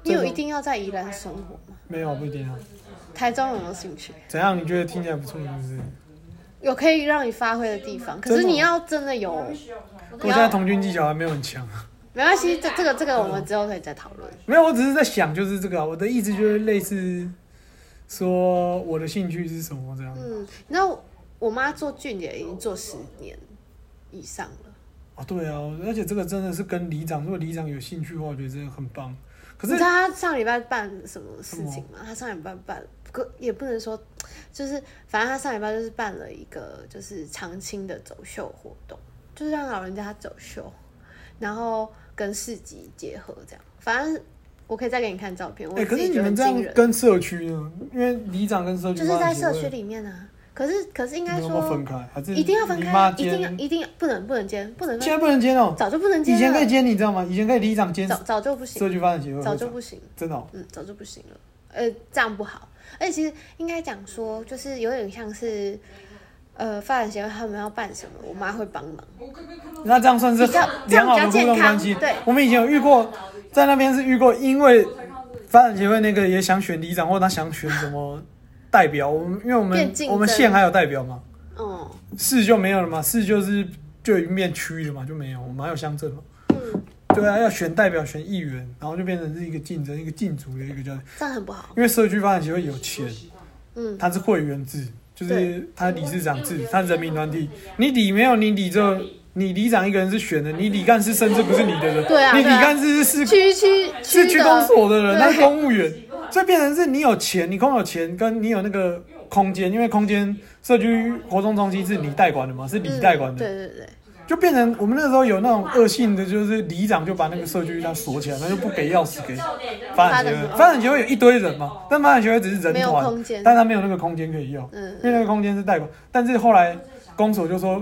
Speaker 1: 你有一定要在宜兰生活吗？
Speaker 2: 没有不一定啊，
Speaker 1: 台中有没有兴趣？
Speaker 2: 怎样？你觉得听起来不错是不是？
Speaker 1: 有可以让你发挥的地方，可
Speaker 2: 真
Speaker 1: 是
Speaker 2: 的
Speaker 1: 你要真的有，
Speaker 2: 我
Speaker 1: 你
Speaker 2: 现在
Speaker 1: 要
Speaker 2: 童军技巧还没有很强。
Speaker 1: 没关系，这这个这个我们之后可以再讨论。
Speaker 2: 没有，我只是在想，就是这个啊、我的意思就是类似说我的兴趣是什么这样。
Speaker 1: 嗯，你知道我妈做俊姐已经做十年以上了，
Speaker 2: 哦，对啊，而且这个真的是跟里长，如果里长有兴趣的话，我觉得真的很棒。可
Speaker 1: 你知
Speaker 2: 是
Speaker 1: 道她上礼拜办什么事情吗？她上礼拜办，可也不能说，就是反正她上礼拜就是办了一个就是长青的走秀活动，就是让老人家走秀，然后跟市集结合这样。反正我可以再给你看照片，我
Speaker 2: 哎、可
Speaker 1: 自
Speaker 2: 是
Speaker 1: 己
Speaker 2: 你
Speaker 1: 觉得
Speaker 2: 们
Speaker 1: 很
Speaker 2: 这
Speaker 1: 惊
Speaker 2: 样
Speaker 1: 人。
Speaker 2: 跟社区呢？因为里长跟社区
Speaker 1: 就是在
Speaker 2: 发展协
Speaker 1: 社
Speaker 2: 会
Speaker 1: 区里面啊。可是可是应该
Speaker 2: 你们有没有
Speaker 1: 说
Speaker 2: 分开，还是
Speaker 1: 一定要分
Speaker 2: 你妈
Speaker 1: 开，啊一定要
Speaker 2: 兼
Speaker 1: 一定要不能不能兼不能
Speaker 2: 现在
Speaker 1: 分，
Speaker 2: 不能兼哦、
Speaker 1: 早就不能
Speaker 2: 以
Speaker 1: 兼
Speaker 2: 前可以
Speaker 1: 了，
Speaker 2: 兼，你知道吗？以前可以里长兼
Speaker 1: 啊早早就不
Speaker 2: 社
Speaker 1: 行，
Speaker 2: 区发展协会会
Speaker 1: 早
Speaker 2: 长，
Speaker 1: 就不行，
Speaker 2: 真的、哦。
Speaker 1: 嗯，早就不行了。呃，这样不好。而且其实应该讲说，就是有点像是。呃，发展协会他们要办什么，我妈会帮忙。
Speaker 2: 那这样算是
Speaker 1: 比较
Speaker 2: 良好的
Speaker 1: 这样比较
Speaker 2: 互动
Speaker 1: 健康
Speaker 2: 关系。
Speaker 1: 对
Speaker 2: 我们以前有遇过，在那边是遇过，因为发展协会那个也想选里长，或者他想选什么代表。我们因为我们
Speaker 1: 变竞争
Speaker 2: 我们县还有代表嘛，
Speaker 1: 嗯
Speaker 2: 市就没有了嘛，市就是就已经变区了嘛，就没有，我们还有乡镇嘛。
Speaker 1: 嗯，
Speaker 2: 对啊，要选代表、选议员，然后就变成是一个竞争、一个竞逐的一个叫，
Speaker 1: 这样很不好。
Speaker 2: 因为社区发展协会有钱，
Speaker 1: 嗯，
Speaker 2: 它是会员制，就
Speaker 1: 对
Speaker 2: 是它啊理事长制，它人民团体。你理没有你理之后，你里长一个人是选的，你理干事甚至不是你的人，
Speaker 1: 对啊
Speaker 2: 你理
Speaker 1: 对啊
Speaker 2: 干事是市
Speaker 1: 区区
Speaker 2: 是
Speaker 1: 区
Speaker 2: 区公
Speaker 1: 的，
Speaker 2: 所的人，
Speaker 1: 对
Speaker 2: 他是公务员，所以变成是你有钱，你空有钱，跟你有那个空间，因为空间社区活动中心是你代管的嘛，是你
Speaker 1: 嗯
Speaker 2: 代管的，
Speaker 1: 对对对，
Speaker 2: 就变成我们那时候有那种恶性的，就是里长就把那个社区他锁起来，他就不给钥匙给发展协
Speaker 1: 嗯发展协会
Speaker 2: 会，发
Speaker 3: 哦
Speaker 2: 展协会有一堆人嘛，但发展协会只是人
Speaker 1: 没有
Speaker 2: 团，
Speaker 1: 空间。
Speaker 2: 但他没有那个空间可以用。
Speaker 1: 嗯，
Speaker 2: 因为那个空间是代管，但是后来公所就说，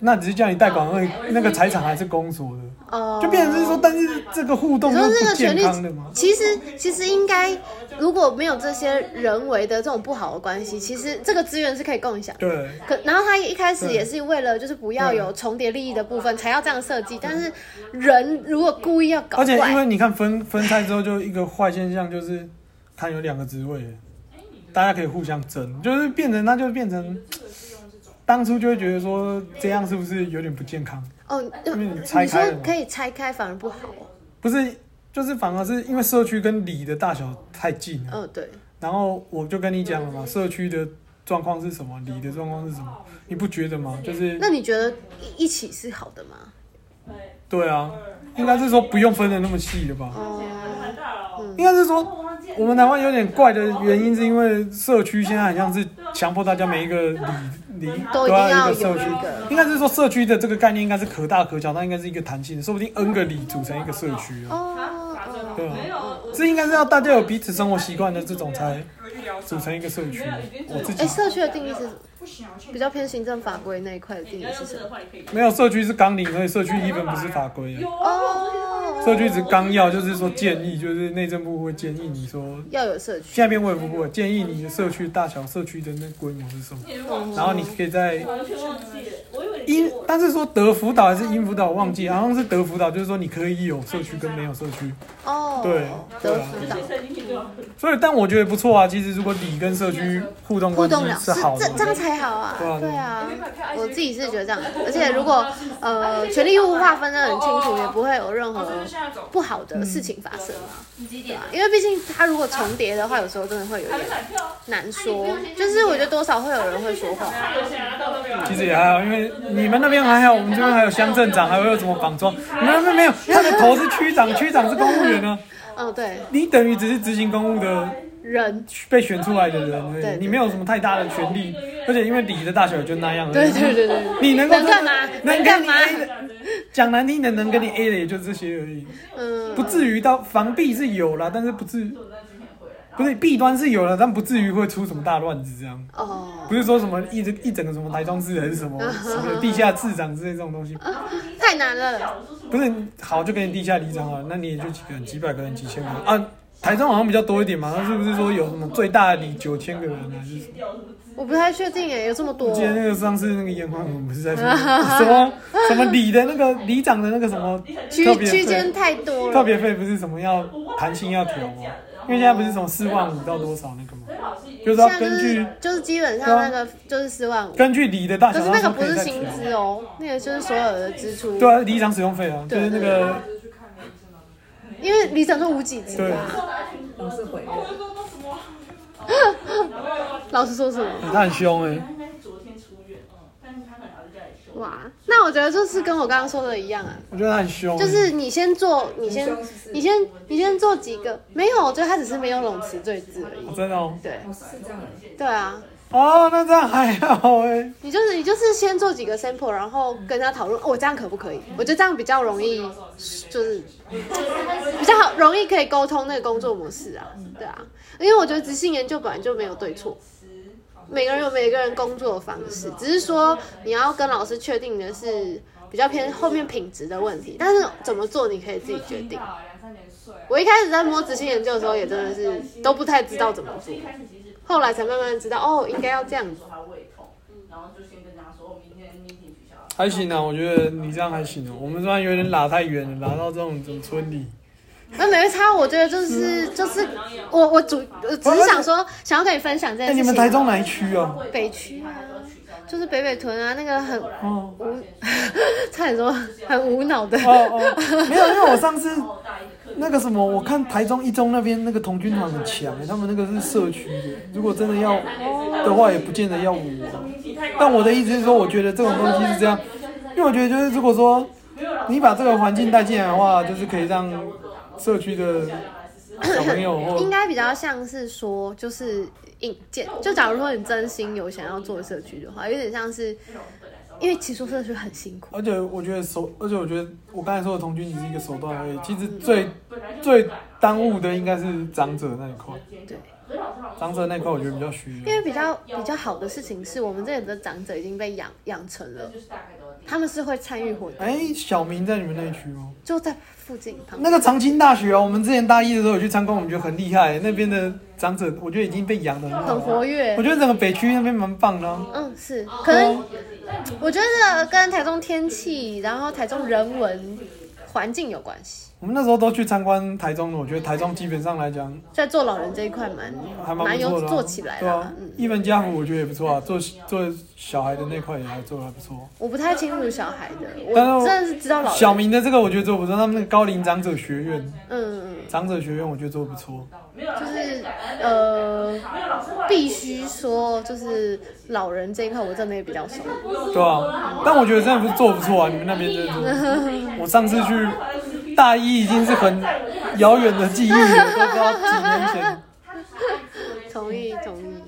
Speaker 2: 那只是叫你代管而已，那个财产还是公所的，
Speaker 1: 哦，
Speaker 2: 就变成是说，但是这个互动
Speaker 1: 你
Speaker 2: 是
Speaker 1: 说这
Speaker 2: 不
Speaker 1: 个权
Speaker 2: 健
Speaker 1: 利
Speaker 2: 康的嘛？
Speaker 1: 其实其实应该，如果没有这些人为的这种不好的关系，其实这个资源是可以共享。
Speaker 2: 对，
Speaker 1: 可然后他一开始
Speaker 2: 对
Speaker 1: 也是为了就是不要有重叠利益的部分才要这样设计，但是人如果故意要搞
Speaker 2: 而且因
Speaker 1: 怪，
Speaker 2: 为你看分分开之后，就一个坏现象就是，看有两个职位，大家可以互相争，就是变成它就变成当初就会觉得说这样是不是有点不健康？
Speaker 1: 哦，
Speaker 2: 因为
Speaker 1: 你
Speaker 2: 你拆开了
Speaker 1: 说
Speaker 2: 嘛
Speaker 1: 可以拆开反而不好哦。
Speaker 2: 不是，就是反而是因为社区跟里的大小太近了。
Speaker 1: 嗯、对，
Speaker 2: 然后我就跟你讲了嘛，社区的状况是什么，里的状况是什
Speaker 3: 哦
Speaker 2: 么，你不觉得吗？就是
Speaker 1: 那你觉得一一起是好的吗？
Speaker 2: 对啊，应该是说不用分的那么细了吧？
Speaker 1: 哦，
Speaker 2: 应该是说我们台湾有点怪的原因，是因为社区现在好像是强迫大家每一个里里
Speaker 1: 都一定
Speaker 2: 要
Speaker 1: 要
Speaker 2: 啊有一个
Speaker 1: 有
Speaker 2: 社
Speaker 1: 一
Speaker 2: 区。
Speaker 1: 个。
Speaker 2: 应该是说社区的这个概念应该是可大可小，但应该是一个弹性的，说不定 N 个里组成一个社区啊。
Speaker 1: 哦，
Speaker 2: 对啊
Speaker 1: 嗯嗯
Speaker 2: 这应该是要大家有彼此生活习惯的这种才组成一个社区。啊我自己
Speaker 1: 哎，社区的定义是
Speaker 4: 不行啊，我劝你
Speaker 1: 比较偏行政法规那一
Speaker 3: 哎
Speaker 1: 块的定义是什么？
Speaker 2: 没有社区是纲领，所以社区一本不是法规啊。
Speaker 1: 哦，
Speaker 2: 社区只是纲要，就是说建议，就是内政部会建议你说，
Speaker 1: 要有社区
Speaker 2: 现在变卫福部了建议你的社区大小、社区的那规模是什么，
Speaker 1: 嗯
Speaker 2: 然后你可以在
Speaker 3: 完全忘记了，我以为
Speaker 2: 英，但是说德辅导还是英辅导，我忘记，好像是德辅导，就是说你可以有社区跟没有社区。
Speaker 1: 哦，
Speaker 2: 对
Speaker 1: 德
Speaker 2: 对啊
Speaker 1: 辅导
Speaker 2: 所以，但我觉得不错啊，其实如果里跟社区互动
Speaker 1: 互
Speaker 2: 关
Speaker 1: 动了，
Speaker 2: 系
Speaker 1: 是
Speaker 2: 是好
Speaker 1: 这这样
Speaker 2: 的。
Speaker 1: 才好啊，
Speaker 2: 对啊
Speaker 1: 对
Speaker 2: 对
Speaker 1: 啊。我自己是觉得这样，而且如果
Speaker 2: 啊
Speaker 1: 呃权利义务划分的很
Speaker 2: 哦
Speaker 1: 清楚，也不会有任何不好的事情发生啊。
Speaker 3: 你几
Speaker 1: 对
Speaker 3: 点
Speaker 2: 嗯
Speaker 1: 啊？，因为毕竟它如果重叠的话，有时候真的会有点难说。就是我觉得多少会有人会说谎，
Speaker 2: 其实也还好，因为你们那边还好，我们这边还有乡镇长，还会有什么绑桩？你们那边没有，他的头是区长，区长是公务员啊，
Speaker 1: 嗯，对，
Speaker 2: 你等于只是执行公务的
Speaker 1: 人
Speaker 2: 被选出来的人而
Speaker 1: 对
Speaker 2: 已，
Speaker 1: 对
Speaker 2: 你没有什么太大的权利，而且因为里的大小也就那样而已。
Speaker 1: 对对对对，
Speaker 2: 你能够
Speaker 1: 能干嘛
Speaker 2: 能
Speaker 1: 能
Speaker 2: 跟
Speaker 1: 干
Speaker 2: 你
Speaker 1: 嘛
Speaker 2: A 的，讲难听的，能跟你 A 的也就这些而已，
Speaker 1: 嗯，
Speaker 2: 不至于到防弊是有啦，但是不至不是弊端是有了，但不至于会出什么大乱子这样。
Speaker 1: 哦，
Speaker 2: 不是说什么一直一整个什么台中市还是什么 什么地下市长之类这种东西，
Speaker 1: 太难了，
Speaker 2: 不是好就给你地下里长啊，那你也就几个人、几百个人、几千个人啊。台中好像比较多一点嘛，那是不是说有什么最大的里九千个人啊？就是
Speaker 1: 我不太确定耶，有这么多
Speaker 2: 我记得那个上次那个严宽我们不是 在说什么什么里的那个里长的那个什 么
Speaker 1: 区
Speaker 2: 特别
Speaker 1: 区间
Speaker 2: 费，
Speaker 1: 太多
Speaker 2: 特
Speaker 1: 了，
Speaker 2: 别费不是什么要弹性要调吗？因为现在不是什么四万五到多少那个吗？就是要
Speaker 1: 现在就
Speaker 2: 根据
Speaker 1: 是就是基本上那个就是四万五，
Speaker 2: 根据里的大小，
Speaker 1: 可是那
Speaker 2: 然
Speaker 1: 个
Speaker 2: 后
Speaker 1: 不
Speaker 2: 可以
Speaker 1: 是
Speaker 2: 再
Speaker 1: 薪
Speaker 2: 调
Speaker 1: 资哦，那个就是所有的支出，
Speaker 2: 对啊，里长使用费啊，就是那个
Speaker 1: 因为里长都无几级
Speaker 2: 对
Speaker 1: 啊，
Speaker 5: 老是毁约，
Speaker 1: 老师说什么？
Speaker 2: 他很凶哎、
Speaker 3: 哦
Speaker 1: 哇，那我觉得就是跟我刚刚说的一样啊，
Speaker 2: 我觉得他很凶欸、
Speaker 1: 就是你先做，你
Speaker 5: 很
Speaker 1: 先
Speaker 5: 凶是不是
Speaker 1: 你先你先做几个，没有，我觉得他只是没有冗词赘字而
Speaker 2: 哦
Speaker 1: 已。
Speaker 2: 真的哦，
Speaker 1: 对
Speaker 5: 我是这样的，
Speaker 1: 对啊，
Speaker 2: 哦，那这样还好哎、
Speaker 1: 你就是你就是先做几个 sample，然后跟他讨论，哦，这样可不可以？我觉得这样比较容易，就是比较好，容易可以沟通那个工作模式啊，对啊，因为我觉得执行研究本来就没有对错。每个人有每个人工作的方式，只是说你要跟老师确定的是比较偏后面品质的问题，但是怎么做你可以自己决定。我一开始在摸执行研究的时候，也真的是都不太知道怎么做，后来才慢慢知道哦，应该要这样子。
Speaker 2: 还行啊，我觉得你这样还行哦、我们虽然有点拉太远了，拉到这种这种村里，
Speaker 1: 那没差，我觉得就是就是我我主呃我只是想说，想要跟你分享这
Speaker 2: 哦哎、
Speaker 1: 件事
Speaker 2: 你
Speaker 1: 情。
Speaker 2: 们台中哪一区 啊？
Speaker 1: 北区啊，就是北北屯啊，那个很
Speaker 2: 哦
Speaker 1: 无，差点说很无 脑的
Speaker 2: 哦。哦，没有，因为我上 次那个什么，我看台中一中那边那个童军团很强、欸，他们那个是社区的，如果真的要的话，也不见得要我。但我的意思是说，我觉得这种东西是这样，因为我觉得就是如果说你把这个环境带进来的话，就是可以让社区的小朋友或
Speaker 1: 应该比较像是说，就是引荐。就假如说你真心有想要做社区的话，有点像是，因为其实做社区很辛苦。
Speaker 2: 而且我觉得手，而且我觉得我刚才说的童军只是一个手段而已，其实最最耽误的应该是长者那一块。
Speaker 1: 对，
Speaker 2: 长者那一块我觉得比较虚
Speaker 1: 因为比较比较好的事情是我们这里的长者已经被养养成了，他们是会参与活动，
Speaker 2: 哎、小明在你们那一区吗？
Speaker 1: 就在附近旁边。
Speaker 2: 那个长青大学哦，我们之前大一的时候有去参观，我们觉得很厉害，那边的长者我觉得已经被养的很好
Speaker 1: 很
Speaker 2: 了。
Speaker 1: 活跃
Speaker 2: 我，觉得哦整个北区那边蛮棒的啊、
Speaker 1: 嗯，是，可能我觉得跟台中天气，然后台中人文环境有关系。
Speaker 2: 我们那时候都去参观台中的，我觉得台中基本上来讲
Speaker 1: 在做老人这一块蛮
Speaker 2: 还蛮不
Speaker 1: 有
Speaker 2: 错的啊、
Speaker 1: 做起来
Speaker 2: 对
Speaker 1: 了、
Speaker 2: 啊，
Speaker 1: 嗯，
Speaker 2: 一门家福我觉得也不错啊，做做小孩的那块也还做的还不错。
Speaker 1: 我不太清楚小孩的，
Speaker 2: 但是
Speaker 1: 我
Speaker 2: 我
Speaker 1: 真的是知道老人。
Speaker 2: 小明的这个我觉得做得不错，他们那个高龄长者学院，
Speaker 1: 嗯，嗯
Speaker 2: 长者学院我觉得做得不错。
Speaker 1: 嗯就是呃，必须说就是老人这一块我真的也比较熟。
Speaker 2: 对啊，但我觉得真的不是做得不错啊，你们那边真的做得不错。我上次去大一已经是很遥远的记忆了，都不知道几年 前。
Speaker 1: 同意同意，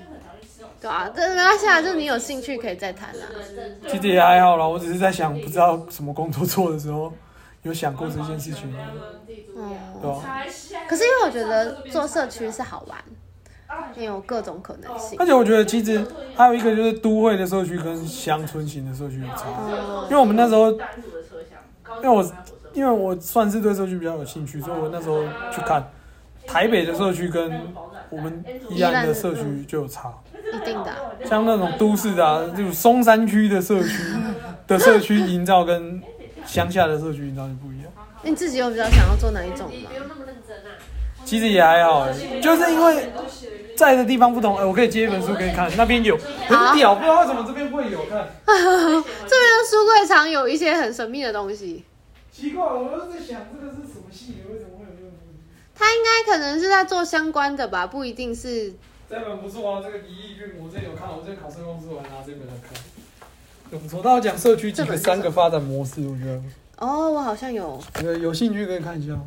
Speaker 1: 对啊，但是没关系啊，就你有兴趣可以再谈啦、
Speaker 2: 其实也还好啦，我只是在想，不知道什么工作做的时候，有想过这件事情吗？对
Speaker 1: 哦、
Speaker 2: 啊，
Speaker 1: 可是因为我觉得做社区是好玩，你有各种可能性
Speaker 2: 而。且我觉得其实还有一个就是都会的社区跟乡村型的社区有差，
Speaker 1: 哦、
Speaker 2: 因为我们那时候，
Speaker 6: 因
Speaker 2: 因为我因为我算是对社区比较有兴趣，所以我那时候去看台北的社区跟我们宜兰的社区就有差。
Speaker 1: 一定的啊、
Speaker 2: 像那种都市的、啊，就是松山区的社区的社区营造跟乡下的社区营造就不一样。
Speaker 1: 你自己有比较想要做哪一种吗？
Speaker 2: 其实也还好、欸，就是因为在的地方不同。哎、我可以借一本书给你看，那边有
Speaker 1: 啊
Speaker 2: 很屌，不知道为什么这边会有看。
Speaker 1: 这边的书柜常有一些很神秘的东西，
Speaker 2: 奇怪，我就在想这个是什么系的，为什么会有这种东西？
Speaker 1: 它应该可能是在做相关的吧，不一定是。
Speaker 2: 这本不错啊，这个《一亿韵》我之前有看，我之前考生公司我还拿这本来看，有不错。他有讲社区几
Speaker 1: 这本
Speaker 2: 个
Speaker 1: 是
Speaker 2: 三
Speaker 1: 什
Speaker 2: 个发展模式，我觉得。
Speaker 1: 哦，我好像有，
Speaker 2: 有有兴趣可以看一下，哦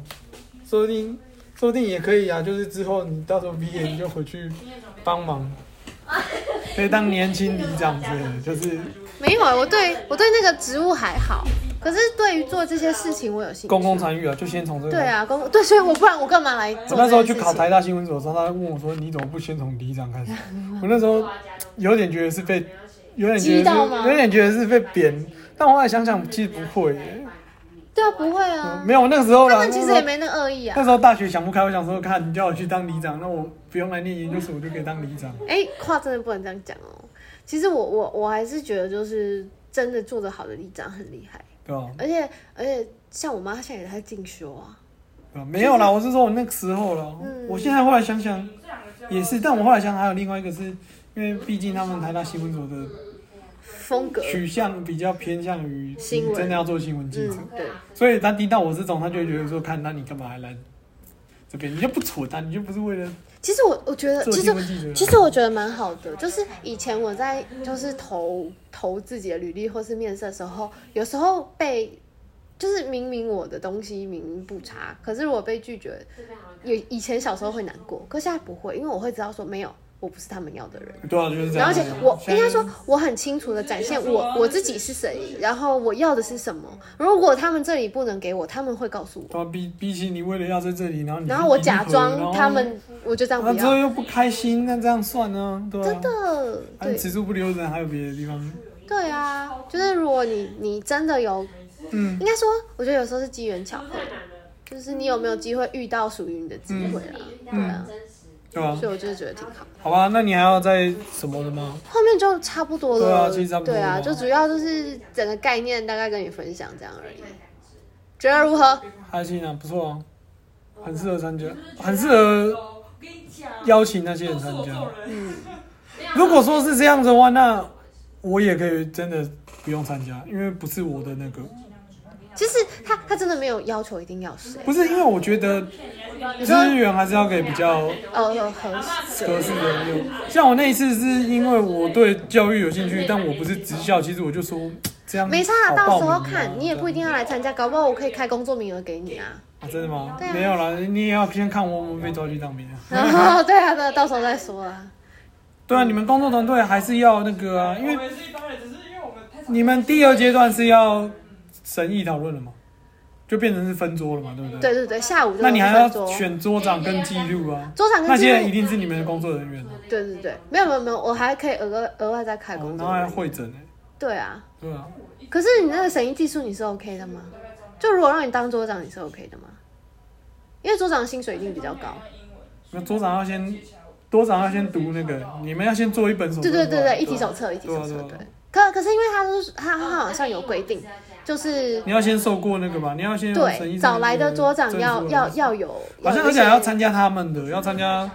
Speaker 2: 说不定说不定也可以啊。就是之后你到时候毕业你就回去帮忙，可以当年轻里长之类的。就是
Speaker 1: 没有啊？我对我对那个植物还好，可是对于做这些事情我有兴趣。
Speaker 2: 公共参与啊，就先从这个。
Speaker 1: 对。啊，公对，所以我不然我干嘛来
Speaker 2: 我
Speaker 1: 做？
Speaker 2: 那时候去考台，大新闻所的时候，他问我说：“你怎么不先从里长开始？”我那时候有点觉得是被，有点
Speaker 1: 激
Speaker 2: 觉
Speaker 1: 啊
Speaker 2: 得
Speaker 1: 到
Speaker 2: 是
Speaker 1: 吗
Speaker 2: 有点觉得是被贬，但我后来想想，其实不会耶、
Speaker 1: 对啊，不会啊，
Speaker 2: 没有，我那个时候啦
Speaker 1: 他们其实也
Speaker 2: 那时候
Speaker 1: 没那恶意
Speaker 2: 那
Speaker 1: 啊。
Speaker 2: 时候大学想不开，我想说，看你叫我去当里长，那我不用来念研究所，我就可以当里长。
Speaker 1: 哎，话真的不能这样讲哦。其实我我我还是觉得，就是真的做得好的里长很厉害，
Speaker 2: 对吧？
Speaker 1: 而且而且像我妈现在也在进修啊。
Speaker 2: 对呃吧没有啦，我是说我那个时候啦。
Speaker 1: 嗯
Speaker 2: 我现在后来想想也是，但我后来想想还有另外一个是，因为毕竟他们台大新闻所的
Speaker 1: 风格，
Speaker 2: 取向比较偏向于
Speaker 1: 新闻
Speaker 2: 真的要做新闻记者，
Speaker 1: 嗯，对，
Speaker 2: 所以他听到我这种，他就会觉得说，看，那你干嘛还来这边？你就不蠢啊，你就不是为了
Speaker 1: 其实我我觉得，呃
Speaker 2: 做
Speaker 1: 其
Speaker 2: 新
Speaker 1: 实
Speaker 2: 闻记者。
Speaker 1: 其实我觉得蛮好的，就是以前我在就是投投自己的履历或是面试的时候，有时候被就是明明我的东西明明不差，可是如果被拒绝，也以前小时候会难过，可现在不会，因为我会知道说没有，我不是他们要的人。
Speaker 2: 对啊，就是这
Speaker 1: 然
Speaker 2: 样。
Speaker 1: 后，而且我
Speaker 2: 现
Speaker 1: 应
Speaker 2: 在
Speaker 1: 该说，我很清楚的展现我我自己是谁，然后我要的是什么。如果他们这里不能给我，他们会告诉我。
Speaker 2: 对啊，比比起你为了要在这里，然后你
Speaker 1: 然后我
Speaker 2: 迎合
Speaker 1: 假装他，们，
Speaker 2: 哦
Speaker 1: 我就这样
Speaker 2: 然
Speaker 1: 不
Speaker 2: 后那啊之后
Speaker 1: 要。
Speaker 2: 又不开心，那这样算呢？对啊，
Speaker 1: 真的，
Speaker 2: 啊，
Speaker 1: 对
Speaker 2: 你此处不留人，还有别的地方。
Speaker 1: 对啊，就是如果你你真的有，
Speaker 2: 嗯，
Speaker 1: 应该说，我觉得有时候是机缘巧合，就是你有没有机会遇到属于你的机会啊，对啊，
Speaker 2: 嗯对吧、
Speaker 1: 所以我就是觉得挺好。
Speaker 2: 好吧，那你还要再什么的吗？
Speaker 1: 后面就差不多了，
Speaker 2: 对啊其实差不多
Speaker 1: 对啊
Speaker 2: 了
Speaker 1: 就主要就是整个概念大概跟你分享这样而已，觉得如何？
Speaker 2: 还行啊，不错啊，很适合参加，很适合邀请那些人参加。如果说是这样子的话，那我也可以真的不用参加，因为不是我的那个，
Speaker 1: 其实他他真的没有要求一定要谁，
Speaker 2: 不是因为我觉得资源还是要给比较
Speaker 1: 哦，有合适
Speaker 2: 合适的人用。像我那一次是因为我对教育有兴趣，但我不是职校，其实我就说嗯这样
Speaker 1: 没差啊，
Speaker 2: 好
Speaker 1: 到时
Speaker 2: 报
Speaker 1: 候
Speaker 2: 名啊
Speaker 1: 看你也不一定要来参加，搞不好我可以开工作名额给你啊。
Speaker 2: 啊，真的吗
Speaker 1: 对啊？
Speaker 2: 没有啦，你也要先看我们被抓去当兵啊。
Speaker 1: 然后对啊，对啊，到时候再说啊。
Speaker 2: 对啊，你们工作团队还是要那个啊，因为
Speaker 6: 为是当然只是因为我们太
Speaker 2: 你们第二阶段是
Speaker 1: 嗯
Speaker 2: 要审议讨论了嘛，就变成是分桌了嘛，对不对？
Speaker 1: 对对对，下午就
Speaker 2: 那你还
Speaker 1: 分
Speaker 2: 要
Speaker 1: 桌
Speaker 2: 选桌长跟记录啊，
Speaker 1: 桌上
Speaker 2: 那
Speaker 1: 跟
Speaker 2: 些
Speaker 1: 记
Speaker 2: 人
Speaker 1: 录
Speaker 2: 一。定是你们的工作人员啊，
Speaker 1: 对对对，没有没有没有，我还可以额外额外再开
Speaker 2: 哦
Speaker 1: 工
Speaker 2: 然
Speaker 1: 作
Speaker 2: 后。还要会诊哎、
Speaker 1: 对啊，
Speaker 2: 对啊，
Speaker 1: 可是你那个审议技术你是 OK 的吗？就如果让你当桌长，你是 OK 的吗？因为桌长的薪水一定比较
Speaker 2: 哦
Speaker 1: 高。
Speaker 2: 那桌长要先，桌长要先读那个，你们要先做一本手册。
Speaker 1: 对对对对，一体
Speaker 2: 体
Speaker 1: 手册，一体手册，
Speaker 2: 啊对啊
Speaker 1: 对
Speaker 2: 对啊。
Speaker 1: 可可是因为他都是他他好像有规定，就是
Speaker 2: 你要先受过那个吧，你要先有审议
Speaker 1: 对找来的
Speaker 2: 证
Speaker 1: 桌长要
Speaker 2: 证书啊
Speaker 1: 要要有，
Speaker 2: 好像
Speaker 1: 有
Speaker 2: 而
Speaker 1: 一
Speaker 2: 且还要
Speaker 1: 些
Speaker 2: 参加他们的，要参加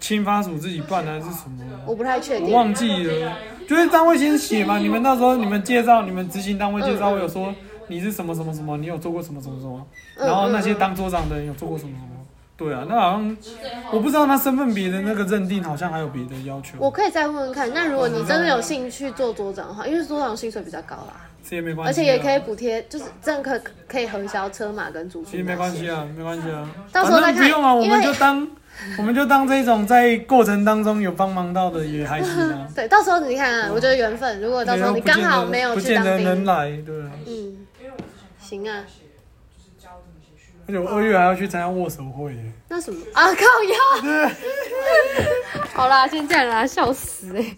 Speaker 2: 青发署自己办的啊还是什么？
Speaker 1: 我不太确
Speaker 2: 我
Speaker 1: 定，
Speaker 2: 忘记了，就是单位先写嘛。你们那时候你们介绍，你们执行单位介绍，我有说你是什么什么什么，你有做过什么什么什么，
Speaker 1: 嗯
Speaker 2: 然后那些
Speaker 1: 嗯嗯
Speaker 2: 当桌长的人有做过什么什么。对啊，那好像
Speaker 1: 嗯
Speaker 2: 我不知道他身份别的那个认定，好像还有别的要
Speaker 1: 我
Speaker 2: 求，
Speaker 1: 可以再问问看。那如果你真的
Speaker 2: 哦
Speaker 1: 有兴趣做桌长的话，因为桌长薪水比较高啦，
Speaker 2: 这也没关系啊，
Speaker 1: 而且也可以补贴，就是政客可以核销车马跟租
Speaker 2: 其
Speaker 1: 金。
Speaker 2: 实没关系啊，没关系啊，
Speaker 1: 到时候再
Speaker 2: 反
Speaker 1: 看
Speaker 2: 正不用啊，我
Speaker 1: 因
Speaker 2: 们
Speaker 1: 为。
Speaker 2: 就当我们就当这种在过程当中有帮忙到的也还行啊
Speaker 1: 对，到时候你看啊，我觉得缘分。如果 到时候你刚好没有
Speaker 2: 不
Speaker 1: 去
Speaker 2: 见
Speaker 1: 当
Speaker 2: 得能
Speaker 1: 兵，
Speaker 2: 来，对啊。
Speaker 1: 嗯，
Speaker 4: 因为我之前
Speaker 1: 行
Speaker 4: 看
Speaker 1: 啊
Speaker 4: 那些就是教怎么写序
Speaker 2: 而且我二月还要去参加握手会耶，
Speaker 1: 那什么啊，靠腰。好啦，先这样啦，笑死哎、